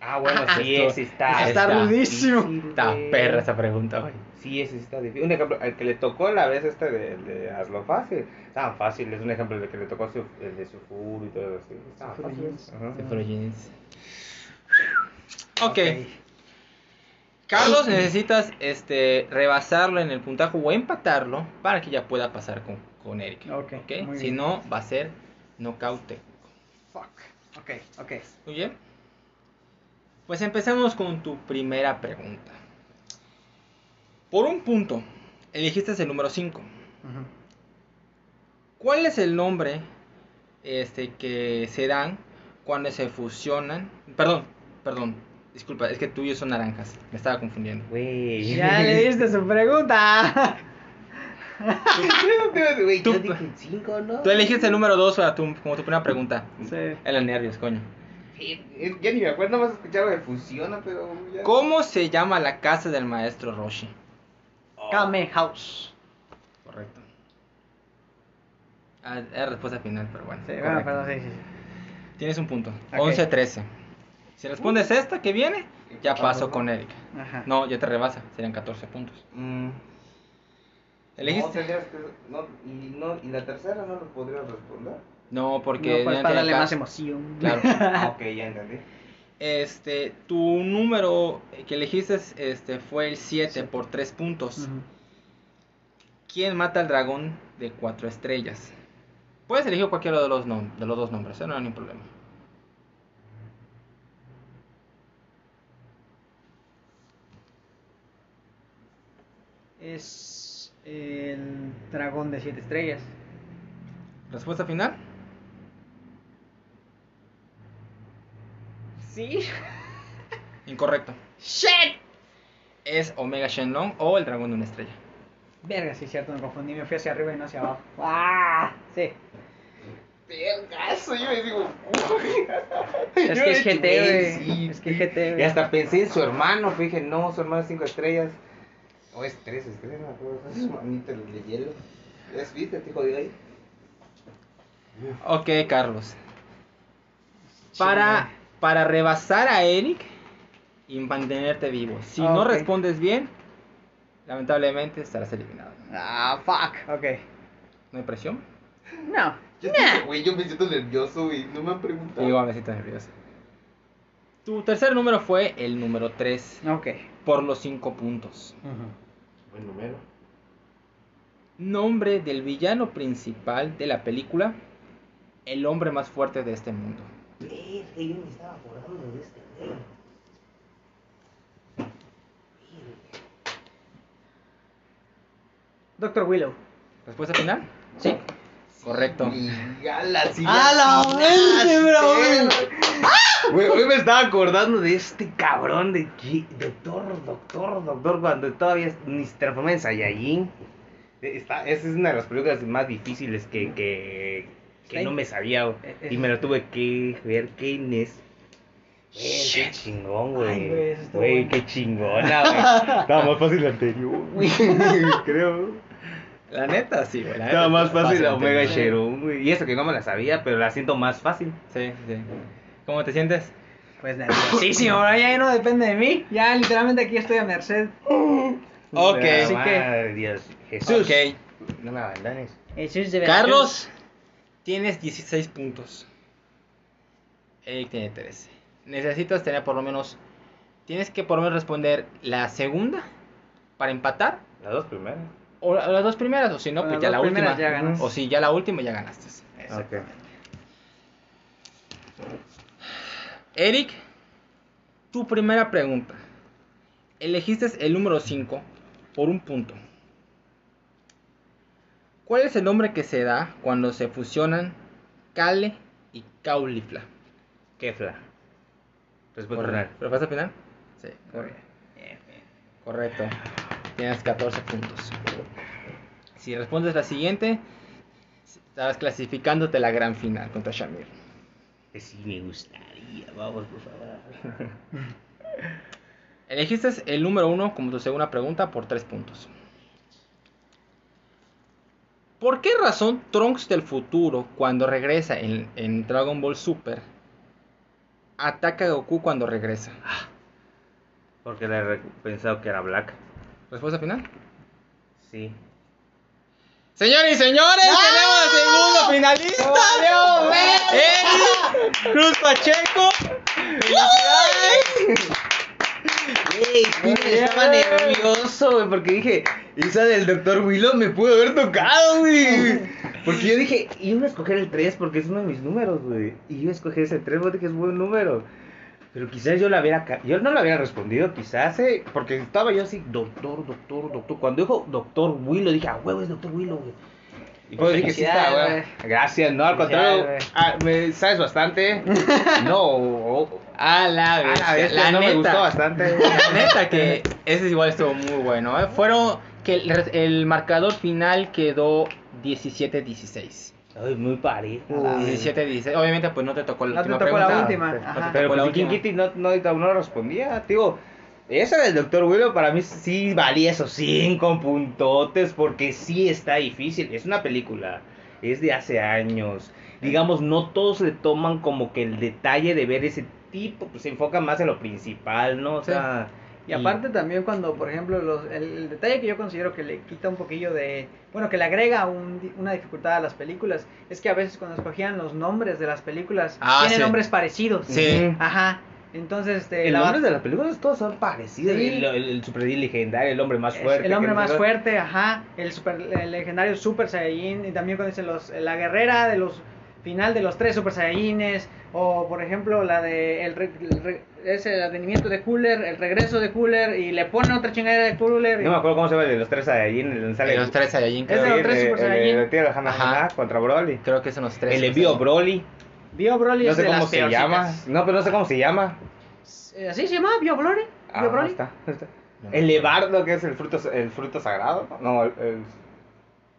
Ah, bueno, Ah, sí, esto- ese está. ese está rudísimo. difícil, Está güey. perra esa pregunta, güey. Sí, ese sí está difícil. Un ejemplo, el que le tocó la vez esta de, de hazlo fácil. Tan fácil, es un ejemplo el que le tocó su- el de Sufuru y todo así. Tan Sufuru fácil. Jeans. Ajá. Se fueron jeans. ok. Carlos, necesitas este rebasarlo en el puntaje o empatarlo para que ya pueda pasar con, con Eric. Ok, muy Si bien. no, va a ser nocaute. Fuck. Ok, ok. Muy bien. Pues empecemos con tu primera pregunta. Por un punto, elegiste el número 5. Ujú. ¿Cuál es el nombre este, que se dan cuando se fusionan? Perdón, perdón, disculpa, es que tuyos son naranjas, me estaba confundiendo. Güey. Ya le diste su pregunta. Güey, Tú- yo dije un cinco, ¿no? Tú elegiste el número 2 como tu primera pregunta. Sí. En los nervios, coño. Eh, Ya ni me acuerdo, más escuchaba que funciona, pero. ya- ¿Cómo se llama la casa del maestro Roshi? Kame House. Correcto. Ah, Era respuesta final, pero bueno. Sí, bueno, correcto. perdón, sí, sí, sí. Tienes un punto. Ok. Uh. 11-13. Si respondes esta que viene, ya paso con Eric. Ajá. No, ya te rebasa. Serían 14 puntos. Mm. No, ¿Elegiste? tenías que- no, y, no, y la tercera no lo podrías responder. No, No, porque... pues, ya para tiene darle acá- más emoción. Claro. Ah, ok, ya entendí. Este, tu número que elegiste este, fue el 7 por 3 puntos. Ujú. ¿Quién mata al dragón de 4 estrellas? Puedes elegir cualquiera de los, nom- de los dos nombres, ¿eh? no hay ningún problema. Es el dragón de siete estrellas. ¿Respuesta final? Sí. Incorrecto. Shit. Es Omega Shenlong o el dragón de una estrella. Verga, sí, cierto, me confundí. Me fui hacia arriba y no hacia abajo. ¡Ah! Sí. Vergazo, yo me digo. Es que es GT, güey. Sí, Es que es GT, güey. Y hasta pensé en su hermano, fíjate, no, su hermano es 5 estrellas. O es 3 estrellas, no me acuerdo. Es su manito el de hielo. ¿Es viste, te jodió ahí? Ok, Carlos. Para, para rebasar a Eric y mantenerte vivo. Si Ah, no ok. respondes bien, lamentablemente estarás eliminado. Ah, fuck. Ok. ¿No hay presión? No. Yo dije, güey, yo me siento nervioso y no me han preguntado. Igual me siento nervioso. Tu tercer número fue el número 3 Ok. por los 5 puntos. Buen número. Nombre del villano principal de la película El hombre más fuerte de este mundo. Verga, yo me estaba acordando de este güey. Doctor Willow. ¿Respuesta final? Sí. Correcto. Y a la sí ¡A la verde, bro! Güey, hoy me estaba acordando de este cabrón de que- doctor, doctor, doctor, cuando todavía ni se transforma en Saiyajin. Eh, está- esa es una de las películas más difíciles que, que, que Sí. no me sabía. güey. Eh, eh. Y me lo tuve que ver, que Inés. Güey, qué chingón, Ay, güey, güey. eso estuvo Güey, bueno. qué chingona, güey. Estaba más fácil la anterior, güey. Creo. La neta, sí, güey. la neta, Estaba más fácil la Omega Ah, pues, entender. Sheron, güey. Y eso que no me la sabía, pero la siento más fácil. Sí, sí. ¿Cómo te sientes? Pues nerviosísimo. Ahora ya no depende de mí. Ya literalmente aquí estoy a merced. Ok. La Así que- madre de Dios. Jesús. Ok. No me abandones. Jesús de Veracruz. Carlos, tienes 16 puntos. Eric tiene 13. Necesitas tener por lo menos. Tienes que por lo menos responder la segunda para empatar. Las dos primeras. O la- las dos primeras, o si no, Con pues las ya dos la primeras última. ya ganas. o si ya la última, ya ganaste. Ok. Eric, tu primera pregunta. Elegiste el número 5 por un punto. ¿Cuál es el nombre que se da cuando se fusionan Kale y Caulifla? Kefla. Respuesta Correcto. oral. Pues, ¿Pero vas a opinar? Sí. Muy bien. Correcto. Tienes 14 puntos. Si respondes la siguiente, estarás clasificándote a la gran final contra Shamir. Que sí me gustaría. Vamos, por favor. Elegiste el número 1 como tu segunda pregunta por 3 puntos. ¿Por qué razón Trunks del futuro, cuando regresa en, en Dragon Ball Super, ataca a Goku cuando regresa? Porque le he pensado que era Black. ¿Respuesta final? Sí. Señores y señores, tenemos el segundo finalista. Eric Cruz Pacheco. ¡Felicidades! Ey, mire, estaba nervioso, güey, porque dije, esa del Dr. Willow me pudo haber tocado, güey. Porque yo dije, yo iba a escoger el 3 porque es uno de mis números, güey. Y yo iba a escoger ese 3 porque es buen número. Pero quizás yo la hubiera, ca- yo no la hubiera respondido, quizás, eh, porque estaba yo así, doctor, doctor, doctor. Cuando dijo doctor Willow, dije, ah, huevo, es doctor Willow, güey. Y pues dije, sí, está, Felicidades, güey. Gracias, no, al Felicidades, contrario, güey. ah, me sabes bastante. No, o- A la a vez. la bestia, no me gustó bastante. La neta que ese igual estuvo muy bueno. ¿eh? Fueron que el, res- el marcador final quedó 17-16. Ay, muy parejo. Ah, güey. 17-16. Obviamente pues no te tocó la No te última tocó la pregunta. última. No te Ajá. tocó Pero pues, la si King última. Kitty no, no, no respondía, digo. Esa del Dr. Willow para mí sí valía esos cinco puntotes porque sí está difícil. Es una película, es de hace años. Digamos, no todos le toman como que el detalle de ver ese tipo, pues se enfoca más en lo principal, ¿no? O Sí. sea, Y aparte también cuando, por ejemplo, los- el, el detalle que yo considero que le quita un poquillo de, bueno, que le agrega un di- una dificultad a las películas, es que a veces cuando escogían los nombres de las películas, Ah, tienen sí. nombres parecidos. Sí. Ah, Ajá. Entonces, este, el la- nombre de las películas todos son parecidos. Sí. El, el, el super legendario, el hombre más es fuerte. el hombre que no sé más qué. fuerte, ajá, el, super, el legendario Super Saiyajin, y también cuando dicen los, la guerrera de los, final de los tres Super Saiyajines, o por ejemplo la de, el, re- el re- ese rendimiento de Cooler, el regreso de Cooler, y le ponen otra chingadera de Cooler. y- No me acuerdo cómo se llama el de los tres allí en el sale- De los tres Saiyajin, Es de creo, los tres eh, el- Super el- Saiyajin. el tío de Hannah Ajá. Hannah contra Broly. creo que son los tres. El envío Broly. Bio Broly No es sé de cómo las se peorcitas. llama. No, pero no sé cómo se llama. Eh, ¿Así se llama? ¿Bio Broly? Ah, ¿Bio Broly? está, está. No me El Lebardo, que es el fruto, el fruto sagrado. No, el, el-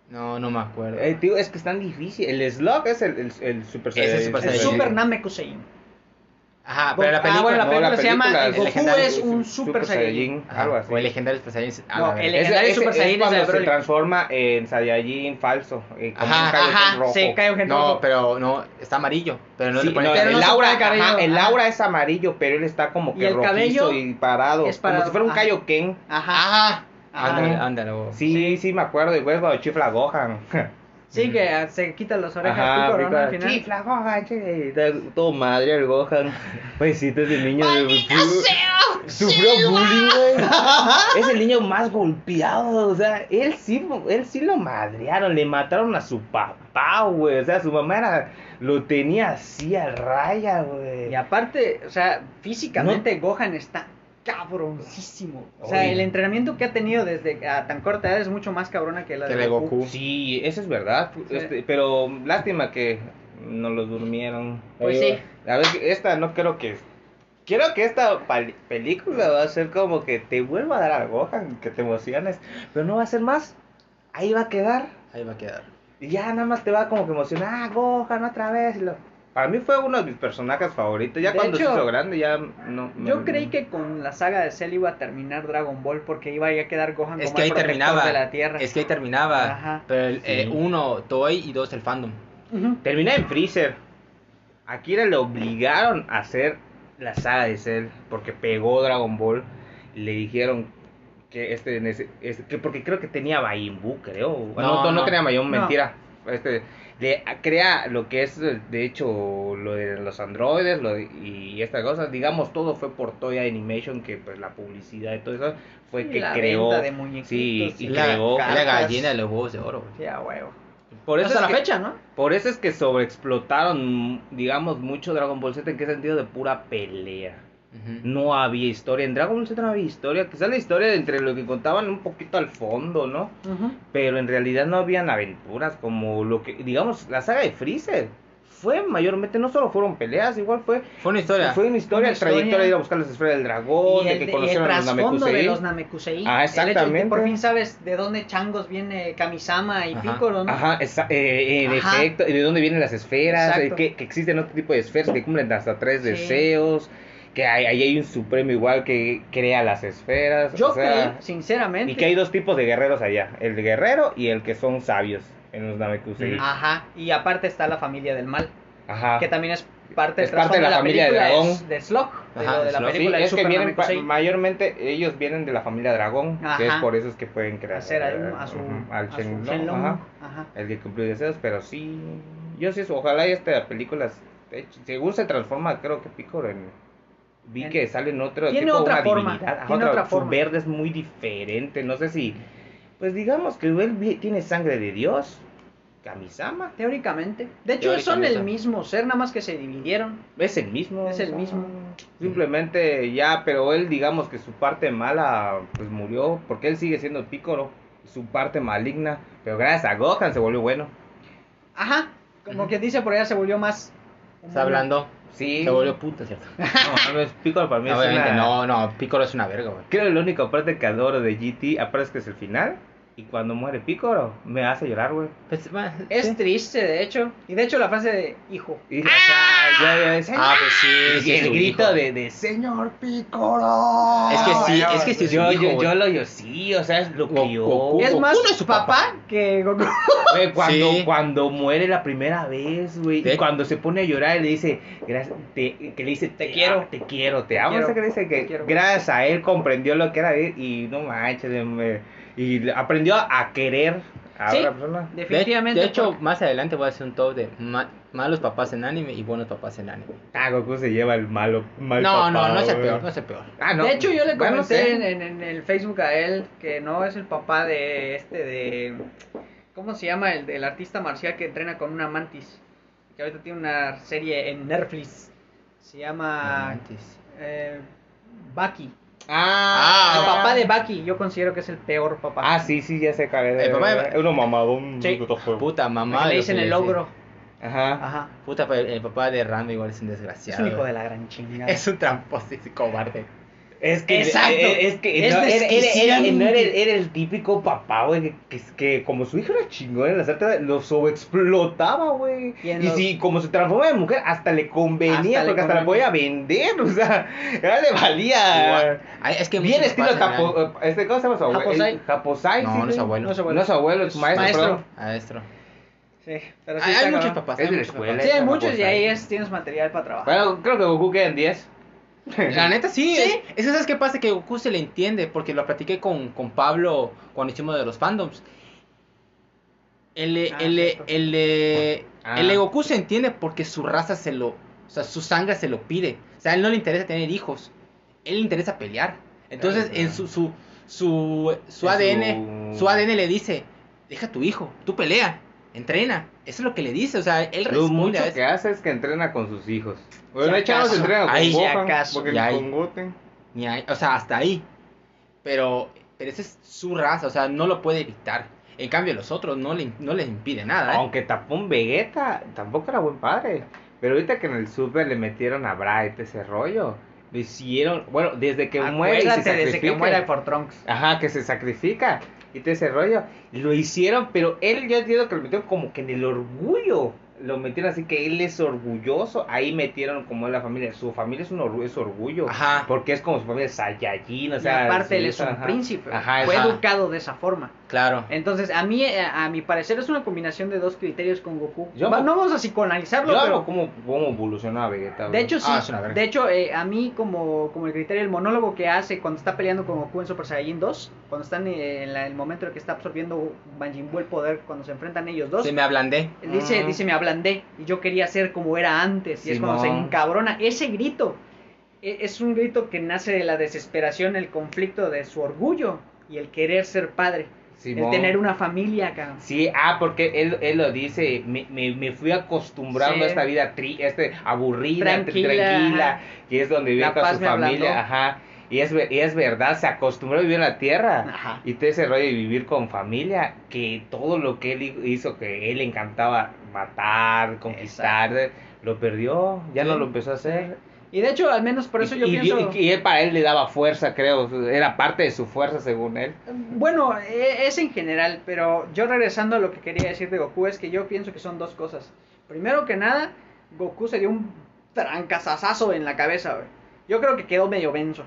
No, no me acuerdo. eh, tío, es que es tan difícil. El Slug es el, el, el Super Ese es Super El Saiyajin. Super Namekusein. Ajá, pero la película. Ah, bueno, la No, película la se llama película, El el Goku legendario es un Super Saiyajin. Ajá, Algo así. O el legendario Super Saiyajin. a No, Ah, la el verga. legendario Super Saiyajin es el cuando de se Broly. transforma en Saiyajin falso. eh, como un Ajá, Kaioken ajá, rojo. Se cae un No, pero no, está amarillo. Pero no Sí, le ponen no, pero el no- se aura, pone cabello, ajá, el ajá. aura es amarillo, pero él está como Y que el rojizo cabello y parado, es parado, como si fuera un ajá. Kaioken. Ajá. Ah, Ajá. Ajá. Ándale, ándale. o- Sí, sí, me acuerdo, y güey, cuando chifla a Gohan. Sí, que ah, se quita las orejas Ajá, Piccolo, ¿no? Piccolo, al final. Chifla Gohan, chifla", todo madre el Gohan. Pues sí, este es el niño de sea! Sufrió bullying, güey. Es el niño más golpeado, o sea, él sí, él sí lo madrearon, le mataron a su papá, güey. O sea, su mamá era, lo tenía así a raya, güey. Y aparte, o sea, físicamente Gohan está cabroncísimo. O sea, Oye. el entrenamiento que ha tenido desde a tan corta edad es mucho más cabrona que la Que de, de Goku. Goku. Sí, eso es verdad. Sí. este, pero lástima que no los durmieron. Pues Oye, sí. A ver, esta no creo que. Quiero que esta pal- película va a ser como que te vuelva a dar a Gohan, que te emociones. Pero no va a ser más. Ahí va a quedar. Ahí va a quedar. Y ya nada más te va como que emocionar. Ah, Gohan otra vez. y lo- Para mí fue uno de mis personajes favoritos. Ya De cuando hecho, se hizo grande, ya no. Yo no- creí que con la saga de Cell iba a terminar Dragon Ball porque iba a quedar Gohan Es como que el ahí protector terminaba. de la Tierra. Es que ahí terminaba. Ajá. Pero el, eh, Sí. uno, Toy y dos, el fandom. Ujú. Terminé en Freezer. A Kira le obligaron a hacer la saga de Cell porque pegó Dragon Ball. Y le dijeron que este, nece- este- que porque creo que tenía Majin Buu, creo. No, no, no. tenía Majin, No. mentira. Este le a- crea lo que es de hecho lo de los androides lo de- y estas cosas, digamos todo fue por Toy Animation que pues la publicidad y todo eso fue Y que la creó venta de muñequitos sí, y y la, creó la cartas. gallina de los huevos de oro. güey. Sí, a huevo. por Hasta es la que- fecha, ¿no? por eso es que sobreexplotaron, digamos, mucho Dragon Ball Z. ¿En qué sentido? De pura pelea. Ujú. No había historia. En Dragon Ball Z no había historia. Quizás la historia de entre lo que contaban un poquito al fondo, ¿no? Ujú. Pero en realidad no habían aventuras como lo que, digamos, la saga de Freezer. Fue mayormente, no solo fueron peleas, igual fue... Fue una historia. Fue una historia, Una el trayectoria de ir a buscar las esferas del dragón, y Oh, de el, que de- y el conocieron a los trasfondo de Namekusei. los Namekusei. Ah, El hecho de que exactamente. por fin sabes de dónde changos viene Kamisama y Ajá. Piccolo, ¿no? Ajá, esa- eh, en Ajá. efecto, y de dónde vienen las esferas, Exacto. eh, que, que existen otro tipo de esferas que cumplen hasta tres Sí. deseos, que hay- ahí hay, un supremo igual que crea las esferas. Yo o sea, creí, sinceramente. y que hay dos tipos de guerreros allá, el guerrero y el que son sabios. en los Namekusei. Ujú. Ajá. Y aparte está la familia del mal. Ajá. Mm. Ah, Que también es parte, Es del parte de la trasfondo familia de película, Dragón. es De Slug. de Ajá, lo de la Slug. Sí, película de es que Super vienen, pa- Namekusei. mayormente ellos vienen de la familia Dragón, que es Ajá. por eso es que pueden crear Hacer a, un- a su, ujú, a al su Shenlong, Shenlong, ajá, ajá. el que cumplió deseos, pero sí, yo sí, ojalá y esta película, se eche- según se transforma, creo que Picoro en... Vi En- que sale en otro Tiene tipo, otra una forma, divinidad, ajá, tiene otra, otra su forma. verde es muy diferente, no sé si, pues digamos que él vi- tiene sangre de Dios, Kamisama, Teóricamente. De hecho, son Teóricamente. el mismo ser, nada más que se dividieron. es el mismo. Es el ah, mismo. Simplemente ya, pero él digamos que su parte mala pues murió, porque él sigue siendo pícoro, su parte maligna, pero gracias a Gohan se volvió bueno. Ajá. Como que dice por allá, se volvió más. Está hablando. Sí. Se volvió puta, ¿cierto? No, no es pícoro para mí. es Obviamente, una- no, no, Piccolo es una verga, güey. Creo que la única parte que adoro de GT, aparte es que es el final, y cuando muere pícoro, me hace llorar, güey. Pues, va, Es sí. triste, de hecho. Y de hecho, la frase de hijo. Y, "Ah, o sea, yo- yo decía, Ah, pues sí, "Ah", sí y es el su grito hijo. de, de Señor Pícoro. Es que sí, es que sí es su yo, hijo, yo, güey. yo lo yo sí, o sea, es lo Go- crió. Goku- es Goku más no es su su papá, papá. que Goku. Güey, cuando, Sí. cuando muere la primera vez, güey. De- Y cuando se pone a llorar y le dice, gracias, te- que le dice, te, quiero, quiero. te quiero, te amo. quiero, O sea, que le dice te que quiero. gracias a él comprendió lo que era él y no manches, me- y le- aprendió a querer a Sí. otra persona. De- Definitivamente. De, hecho, porque- más adelante voy a hacer un top de ma- malos papás en anime y buenos papás en anime. Ah, Goku se lleva el malo, mal no, papá, no, no es el güey. peor, no es el peor. Ah, no. de hecho, yo le comenté Bueno, no sé. en, en- en el Facebook a él que no es el papá de este, de. ¿Cómo se llama? El, del artista marcial que entrena con una mantis. Que ahorita tiene una serie en Netflix. Se llama. Antes. eh, Baki. Ah, el papá de Baki, yo considero que es el peor papá. Ah, sí, sí, ya sé cuál es. El papá de- Es uno mamadón. Sí. puto feo. Puta Al mamá. de que le lo dicen que el le ogro. Ajá. Ajá. Puta, pero el papá de Ranma igual es un Es desgraciado. un hijo de la gran chingada. Es un tramposo y cobarde. Es que, Exacto. eh, es que Es no, era, era- era- desquiciante. no era el, era el típico papá, güey, que, que, que como su hijo era chingón en las artes, lo sobreexplotaba, güey. Y Y, en los- si como se transformaba en mujer, hasta le convenía, Hasta le porque hasta la convenía. podía vender, o sea, ya le valía. Igual. Ay, es que Bien muchos estilo papás en capo, eh, este, ¿cómo se llama su abuelo? Japosai. El Japosai, No, sí, no es güey. abuelo. No es abuelo, no es abuelo, es maestro. maestro. perdón. anime. Maestro. Sí, pero sí hay, está hay muchos cabrón. papás. hay Es de la muchos escuela. papás. Sí, hay Esta muchos y propuesta. ahí es, tienes material para trabajar. Bueno, creo que Goku queda en 10. La neta sí, Sí. Es, es que sabes qué pasa que Goku se le entiende porque lo platiqué con, con Pablo cuando hicimos de los fandoms. El, de- Ah, el, de- cierto. el, de- Ah. el de Goku se entiende porque su raza se lo, o sea, su sangre se lo pide. O sea, a él no le interesa tener hijos, a él le interesa pelear. Entonces, Claro, en claro. su, su, su, su Ah, En ADN, su- su ADN le dice, deja a tu hijo, tú pelea, entrena. Eso es lo que le dice, o sea, él Lo responde mucho a eso. que hace es que entrena con sus hijos. Si Bueno, hay chavos que acaso. entrenan con Ahí, si Gohan, acaso. porque Y ni ahí. con Goten. Ni ahí, o sea, hasta ahí. Pero, pero esa es su raza, o sea, no lo puede evitar. En cambio, los otros no, le, no les impide nada. ¿eh? Aunque tapón Vegeta tampoco era buen padre. Pero ahorita que en el Super le metieron a Bright ese rollo, lo hicieron, bueno, desde que muere y se Acuérdate desde que sacrifica. muera el Fortrunks. Ajá, que se sacrifica. Y todo ese rollo. Lo hicieron, pero él yo entiendo que lo metieron como que en el orgullo. Lo metieron así que él es orgulloso. Ahí metieron como en la familia. Su familia es un orgu- es orgullo. Ajá. Porque es como su familia es Saiyajin. O Y sea, aparte su- él es un ajá. príncipe. Ajá, Fue ajá. educado de esa forma. Claro. Entonces, a mí, eh, a, a mi parecer, es una combinación de dos criterios con Goku. Yo Va- amo- no vamos a psicoanalizarlo, Yo pero amo cómo, cómo evoluciona Vegeta. De güey. hecho, sí. Ah, es una verga. de hecho, eh, a mí, como, como el criterio, el monólogo que hace cuando está peleando con Goku en Super Saiyan 2, cuando están eh, en la- el momento en el que está absorbiendo Majin Buu el poder, cuando se enfrentan ellos dos, Se me ablandé. él dice, Ah. dice, me ablandé y yo quería ser como era antes. Y es cuando se Simón. encabrona. Ese grito e- es un grito que nace de la desesperación, el conflicto de su orgullo y el querer ser padre, el Ah, Simón. tener una familia, cabrón. Sí, ah, porque él, él lo dice, me, me, me fui acostumbrando Sí. a esta vida tri, este, aburrida, tr- Tranquila, tranquila, ajá. y es donde vive La con paz su me ablandó. familia, ajá. Y es, ve- y es verdad, se acostumbró a vivir en la tierra. Ajá. Y todo ese rollo de vivir con familia, que todo lo que él hi- hizo, que él le encantaba matar, conquistar, lo perdió, ya no Sí. lo empezó a hacer. Y de hecho, al menos por eso y, yo y- pienso... y- y él para él le daba fuerza, creo, era parte de su fuerza según él. Bueno, e- es en general, pero yo regresando a lo que quería decir de Goku es que yo pienso que son dos cosas. Primero que nada, Goku se dio un trancazazazo en la cabeza, güey. Yo creo que quedó medio benzo.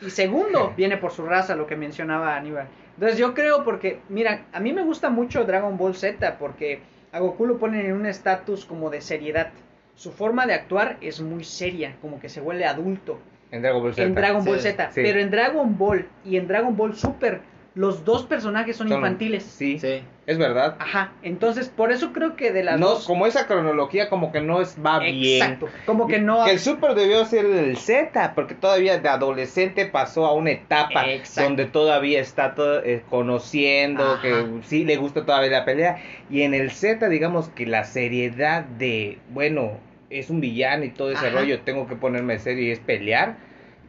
Y segundo, viene por su raza, lo que mencionaba Aníbal. Entonces yo creo porque, mira, a mí me gusta mucho Dragon Ball Z porque a Goku lo ponen en un estatus como de seriedad. Su forma de actuar es muy seria, como que se vuelve adulto En Dragon Ball Z. en Dragon Ball Sí, Z. sí. Pero en Dragon Ball y en Dragon Ball Super, los dos personajes son, Son- infantiles. Sí, Sí. es verdad. Ajá, entonces por eso creo que de las no, dos... como esa cronología como que no es, va bien. Exacto, como que no... el Super debió ser el Z, porque todavía de adolescente pasó a una etapa Exacto. donde todavía está to- eh, conociendo, Ajá. que sí le gusta todavía la pelea. Y en el Z, digamos que la seriedad de, bueno, es un villano y todo ese Ajá. rollo, tengo que ponerme serio y es pelear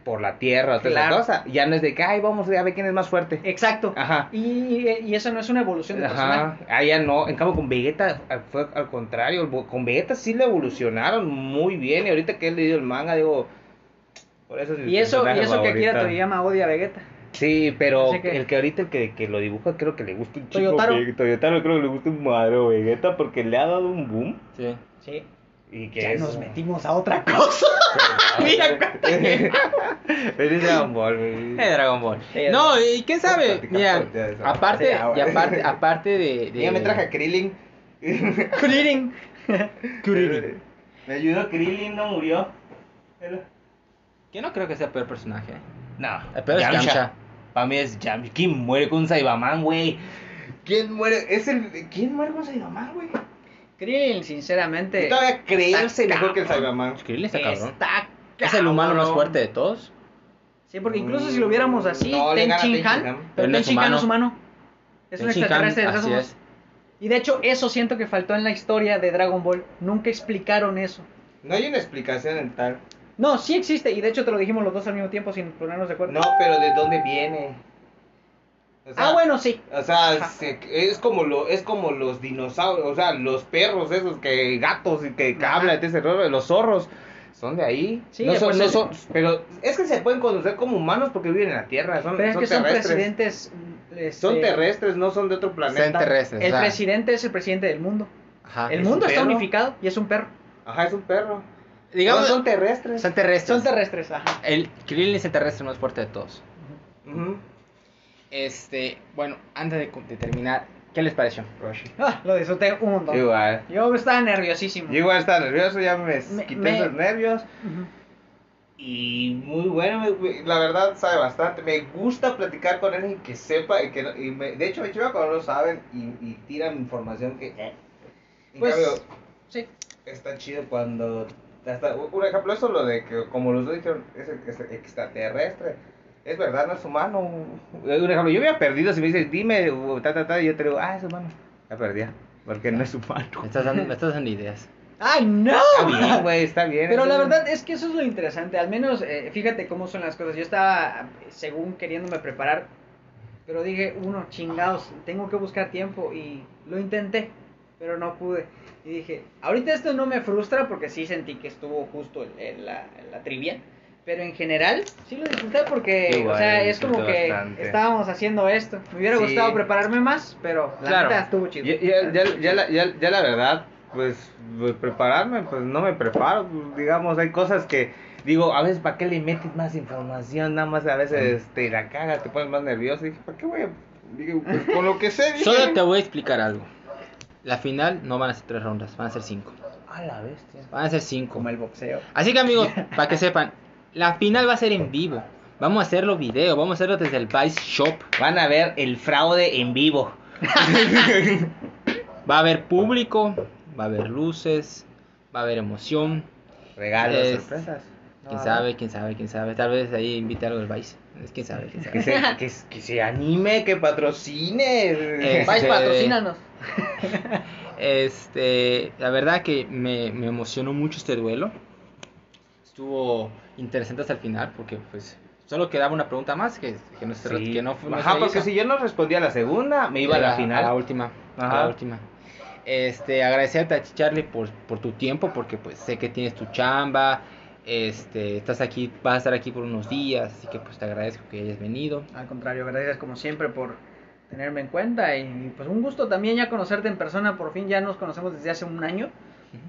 por la tierra, toda esa Claro. Eh, cosa. Ya no es de que, ay, vamos a ver quién es más fuerte. Exacto. Ajá. Y, y eso no es una evolución de Ah. Ajá, personaje. ah, ya no, en cambio con Vegeta ah, fue al contrario, bo- con Vegeta sí le evolucionaron muy bien y ahorita que he leído el manga digo, por eso es mi Y eso, y personaje eso que Akira favorito. Toriyama odia a Vegeta. Sí, pero Así que- el que ahorita el que, que lo dibuja creo que le gusta un chico Toyotaro. Ve- Toyotaro creo que le gusta un madre Vegeta porque le ha dado un boom Sí. Sí. y que Ya es- nos metimos a otra cosa. Mira cuánta es Dragon Ball, güey. Eh, Dragon Ball. Sí, es No, y quién sabe. Platicamos Mira, de eso. aparte, Sí, ahora. y aparte, aparte de. de- Ya me traje a Krillin. Krillin. Eh. Krillin. Me ayudó Krillin, no murió. Que no creo que sea el peor personaje. ¿eh? No, El peor es Yamcha. Para mí es Yamcha. ¿Quién muere con Saibaman, güey? ¿Quién muere? Es el... ¿Quién muere con Saibaman, güey? Krillin, sinceramente. Yo todavía creerse Está mejor que este el Saibaman. Krillin está cabrón. Está Es el humano más cabrón. fuerte de todos. Sí, porque incluso si lo viéramos así, Mm. No, le Ten gana Shin Ten Han, Shin Han. Pero pero no Ten es Shin Han no es humano. humano. Es un Shin Han, extraterrestre de Así rasgos. es. Y de hecho, eso siento que faltó en la historia de Dragon Ball. Nunca explicaron eso. No hay una explicación en tal. No, sí existe, y de hecho te lo dijimos los dos al mismo tiempo sin ponernos de acuerdo. No, pero ¿de dónde viene? O sea, ah, bueno, sí. O sea, se- es como lo, es como los dinosaurios, o sea, los perros esos que gatos y que, que Ajá. hablan de ese rollo, los zorros, son de ahí. Sí, no son, pues no el- son, pero es que se pueden conocer como humanos porque viven en la Tierra, son, Pero es son que son terrestres. presidentes. mm, este, Son terrestres, no son de otro planeta. Son terrestres. El o sea, presidente es el presidente del mundo. Ajá. El ¿es mundo un está perro? unificado y es un perro. Ajá, es un perro. Digamos, no son terrestres. son terrestres. Son terrestres, ajá. El Krillin es el terrestre más fuerte de todos. Ujú. Este, bueno, antes de, cu- de terminar, ¿qué les pareció? Ah, lo disfruté un montón. Igual. Yo estaba nerviosísimo. Yo igual estaba nervioso, ya me, Me- quité me- esos nervios. Ujú. Y muy bueno, me- me- la verdad sabe bastante. Me gusta platicar con él y que sepa. Y que, no- y me- de hecho, me chiva cuando lo saben y, y tiran información que. eh. En Pues- cambio, Sí. está chido cuando. Hasta, u- un ejemplo, eso lo de que, como los dos dijeron, es, es extraterrestre. Es verdad, no es humano. Un ejemplo, yo hubiera perdido si me dices, dime, u- ta, ta, ta, y yo te digo, ah, es humano. Ya perdía, porque no es humano. Me estás dando, me estás dando ideas. ¡Ay, no! Está bien, güey, está bien. Pero la está bien. verdad es que eso es lo interesante. Al menos, eh, fíjate cómo son las cosas. Yo estaba, eh, según queriéndome preparar, pero dije, uno, chingados, tengo que buscar tiempo. Y lo intenté, pero no pude. Y dije, ahorita esto no me frustra porque sí sentí que estuvo justo el- el- la, la trivia. Pero en general, sí lo disfruté porque, Igual, o sea, es disfruté como que bastante. estábamos haciendo esto. Me hubiera Sí. gustado prepararme más, pero la Claro. neta estuvo chido. Ya, ya, ya, ya la, ya- ya la verdad, pues, pues, prepararme, pues no me preparo. pues, Digamos, hay cosas que digo, a veces, ¿para qué le metes más información? Nada más a veces te la cagas, te pones más nervioso. Dije, ¿para qué voy a.? Digo, pues con lo que sé, dije. Solo te voy a explicar algo. La final no van a ser tres rondas, van a ser cinco. A la bestia. Van a ser cinco. Como el boxeo. Así que amigos, para que sepan, la final va a ser en vivo. Vamos a hacerlo video, vamos a hacerlo desde el Vice Shop. Van a ver el fraude en vivo. Va a haber público, va a haber luces, va a haber emoción. Regalos, Es- sorpresas. Quién sabe, quién sabe, quién sabe. Tal vez ahí invite algo del Vice. Es quién sabe, quién Que sabe. se, que, que se anime, que patrocine. Eh, Vais, Este- patrocínanos. Este, la verdad que me, me emocionó mucho este duelo. Estuvo interesante hasta el final porque pues solo quedaba una pregunta más que, que no se, Sí. que no, fue- no Ajá, se porque hizo. si yo no respondía a la segunda, me iba a la final. la última. a Ajá. la última. Este, agradecerte a ti, Charlie por, por tu tiempo, porque pues sé que tienes tu chamba, este, estás aquí, vas a estar aquí por unos días, así que pues te agradezco que hayas venido. Al contrario, gracias como siempre por tenerme en cuenta y pues un gusto también ya conocerte en persona, por fin ya nos conocemos desde hace un año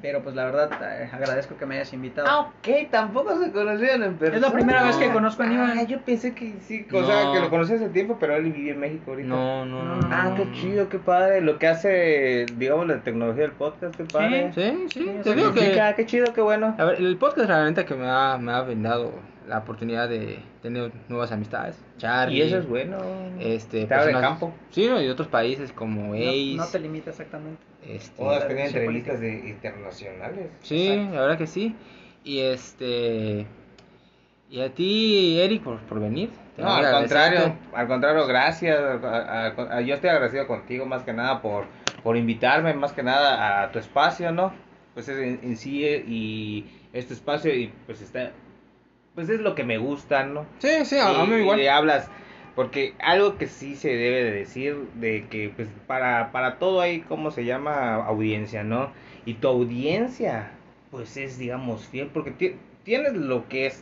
Pero pues la verdad eh, agradezco que me hayas invitado. Ah, ok, tampoco se conocían en persona. Es la primera vez que conozco a Aníbal. Ah, yo pensé que sí, o sea, No. que lo conocí hace tiempo, pero él vivía en México ahorita. No, no, no. Ah, no, qué no. chido, qué padre. Lo que hace, digamos, la tecnología del podcast, qué padre. Sí, sí, Sí, te digo que. Significa, Qué chido, qué bueno. A ver, el podcast realmente que me ha, me ha brindado la oportunidad de tener nuevas amistades. Charlie. Y eso es bueno. Este, Te abre personas- campo. Sí, no, y de otros países como Ace. No, no te limita exactamente. este, O has Sí, tenido sí, entrevistas de internacionales. sí, Exacto. la verdad que sí. Y este. Y a ti, Eric, por, por venir. Te No, voy a al agradecerte. contrario, al contrario, gracias. a- a- a- yo estoy agradecido contigo más que nada por, por invitarme, más que nada a tu espacio, ¿no? Pues es en, en sí eh, y este espacio y pues está, pues es lo que me gusta, ¿no? Sí, sí, a, a mí y, igual. y le hablas. Porque algo que sí se debe de decir, de que pues para, para todo hay, ¿cómo se llama? Audiencia, ¿no? Y tu audiencia, pues es, digamos, fiel, porque ti- tienes lo que es,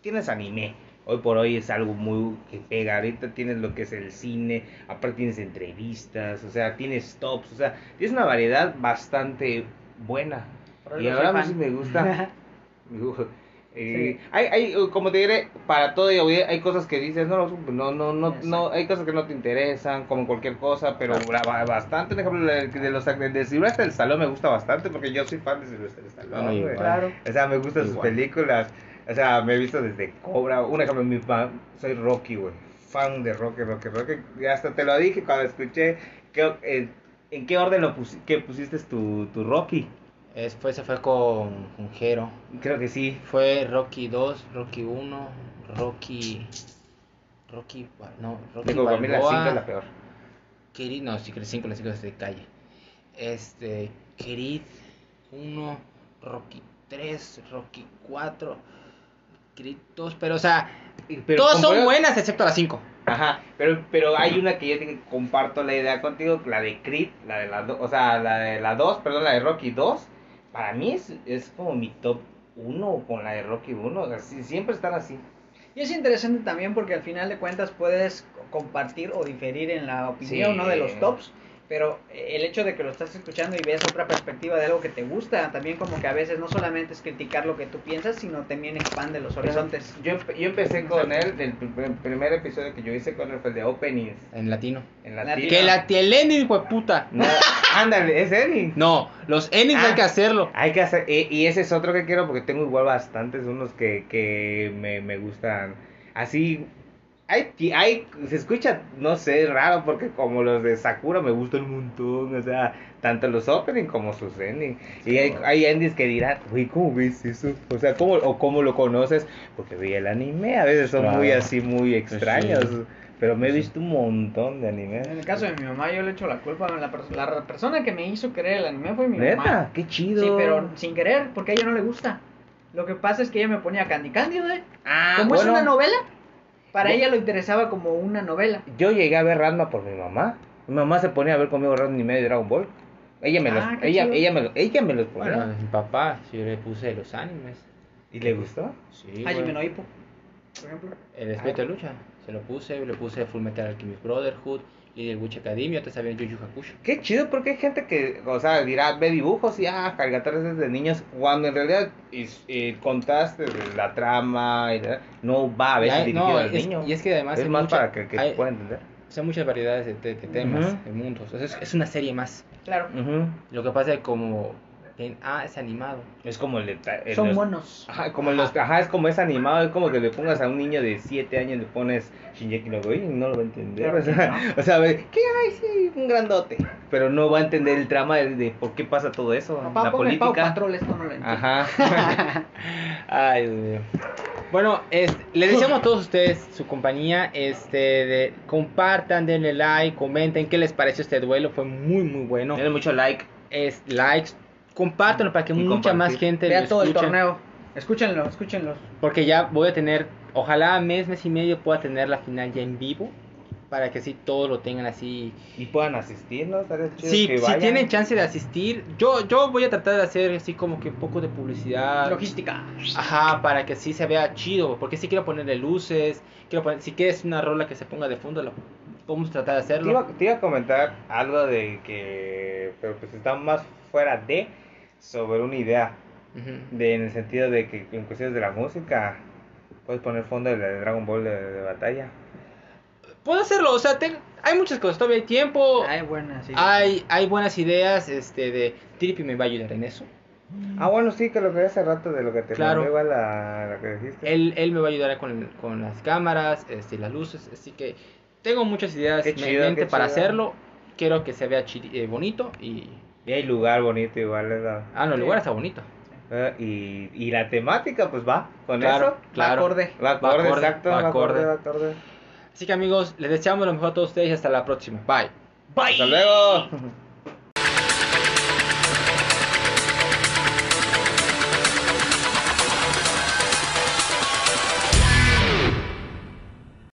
tienes anime. Hoy por hoy es algo muy que pega. Ahorita tienes lo que es el cine, aparte tienes entrevistas, o sea, tienes tops, o sea, tienes una variedad bastante buena. Por algo Y soy ahora fan. sí me gusta. Eh, hay, hay, eh, como te diré, para todo y hay hay cosas que dices, no, no, no, no, no, hay cosas que no te interesan, como cualquier cosa, pero la- ba- bastante, por ejemplo, la- de los de Silvestre del Salón me gusta bastante porque yo soy fan de Silvestre del Salón. Ah, güey. igual. Claro. O sea, me gustan sus Igual. películas, o sea, me he visto desde Cobra, un ejemplo, mi fan, soy Rocky, güey, fan de Rocky, Rocky, Rocky, y hasta te lo dije cuando escuché que, eh, en qué orden lo pusi- que pusiste tu, tu Rocky. Después se fue con, con Jero. Creo que sí. Fue Rocky 2, Rocky 1, Rocky. Rocky. Ba- No, Rocky Digo, para mí la Balboa, 5 es la peor. Creed- no, sí, 5, la 5 es de calle. Este. Creed 1, Rocky 3, Rocky 4, Creed 2. Pero, o sea, Pero todas son compara- buenas excepto la 5. Ajá, pero, pero hay una que yo te comparto la idea contigo, la de Creed, la de la do- o sea, la de la 2, perdón, la de Rocky 2, para mí es, es como mi top 1 con la de Rocky 1, o sea, sí, siempre están así. Y es interesante también porque al final de cuentas puedes compartir o diferir en la opinión Sí. ¿no? de los tops, pero eh, el hecho de que lo estás escuchando y ves otra perspectiva de algo que te gusta, también como que a veces no solamente es criticar lo que tú piensas, sino también expande los horizontes. Yo, empe- yo empecé con él, el pr- primer episodio que yo hice con él fue el de Openings, En latino. en Sí, latino. que no. la Telenin, hijo de puta. No, ándale, es él. No, los endings Ah. hay que hacerlo. Hay que hacer, y, y ese es otro que quiero porque tengo igual bastantes unos que, que me, me gustan. Así, hay, ti- hay, se escucha, no sé, raro porque como los de Sakura me gustan un montón, o sea, tanto los opening como sus endings. y hay, hay endings que dirán, uy, ¿cómo ves eso? O sea, ¿cómo, o cómo lo conoces? Porque vi el anime, a veces son Claro. muy así, muy extraños. sí. Pero me he visto un montón de anime. En el caso de mi mamá yo le echo la culpa, la, pers- la persona que me hizo querer el anime fue mi Neta, mamá. qué chido. Sí, pero sin querer, porque a ella no le gusta. Lo que pasa es que ella me ponía Candy Candy, güey. Ah, Como es bueno. una novela, para Bu- ella lo interesaba como una novela. Yo llegué a ver Ranma por mi mamá. Mi mamá se ponía a ver conmigo Ranma y medio de Dragon Ball. Ella me Ah, los, qué ella, chido. ella me los, ella me los ponía. Bueno, mi papá, sí, yo le puse los animes. ¿Y le gustó? Sí, Hajime güey. no Ippo, Ah, por ejemplo. El espíritu de lucha. Se lo puse, le puse Full Metal Alchemist Brotherhood, Little Witch Academia, te sabía Yu Yu Hakusho. Qué chido porque hay gente que, o sea, dirá, ve dibujos y ah, caricaturas es de niños, cuando en realidad es- eh, contaste de la trama, y la- no va a Y veces hay- dirigido no, al es- niño. y es que además es hay más mucha- para que, que hay- pueda entender. O sea, muchas variedades de, de- de temas, Ujú. de mundos. O sea, es, es una serie más. Claro. Ujú. Lo que pasa es que como... ven, ah, es animado. Es como el, deta- el- Son los- monos. Ajá, como los, ajá, es como es animado, es como que le pongas a un niño de 7 años le pones Shinjeki no Kyojin y no lo va a entender. Claro O sea, que o sea, ve, ¿qué hay? Sí, un grandote. Pero no va a entender el trama de, de por qué pasa todo eso, Papá, la ponme Pau política. Patrol, esto no lo entiendo. Ajá. Ay, Dios mío. Bueno, este, les deseamos a todos ustedes su compañía. Este, de- compartan, denle like, comenten qué les pareció este duelo. Fue muy, muy bueno. Denle mucho like. Es likes, compártanlo para que Y mucha compartir. más gente Vea lo todo el escuche. torneo. Escúchenlo, escúchenlo. Porque ya voy a tener, ojalá mes, mes y medio pueda tener la final ya en vivo. Para que así todos lo tengan así. Y puedan asistirnos, estaría chido Sí, que si vayan. tienen chance de asistir, yo, yo voy a tratar de hacer así como que un poco de publicidad. Logística. Ajá, para que sí se vea chido, porque sí quiero ponerle luces, quiero poner, si quieres una rola que se ponga de fondo, lo, podemos tratar de Te hacerlo. iba, te iba a comentar algo de que, pero pues está más fuera de, sobre una idea. Ujú. De, en el sentido de que en cuestiones de la música, puedes poner fondo de, la de Dragon Ball de, de batalla. Puedo hacerlo, o sea, ten- hay muchas cosas, todavía hay tiempo. Ay, buena, sí. Hay, hay buenas ideas, este, de Trippy me va a ayudar en eso. Ah, bueno, sí, que lo que hace rato de lo que te Mm. Claro. mandé, igual a lo que dijiste. Él, él me va a ayudar con, con las cámaras, este, las luces, así que tengo muchas ideas Qué en chido, mente qué para chido. hacerlo. Quiero que se vea chidi- eh, bonito y... Y hay lugar bonito igual, ¿verdad? Ah, no, el lugar está bonito. Eh, y, y la temática, pues va, con Claro, eso. claro. acorde. Va Va acorde, acorde, exacto. va Va acorde, acorde. va acorde. Así que amigos, les deseamos lo mejor a todos ustedes y hasta la próxima. Bye. Hasta luego.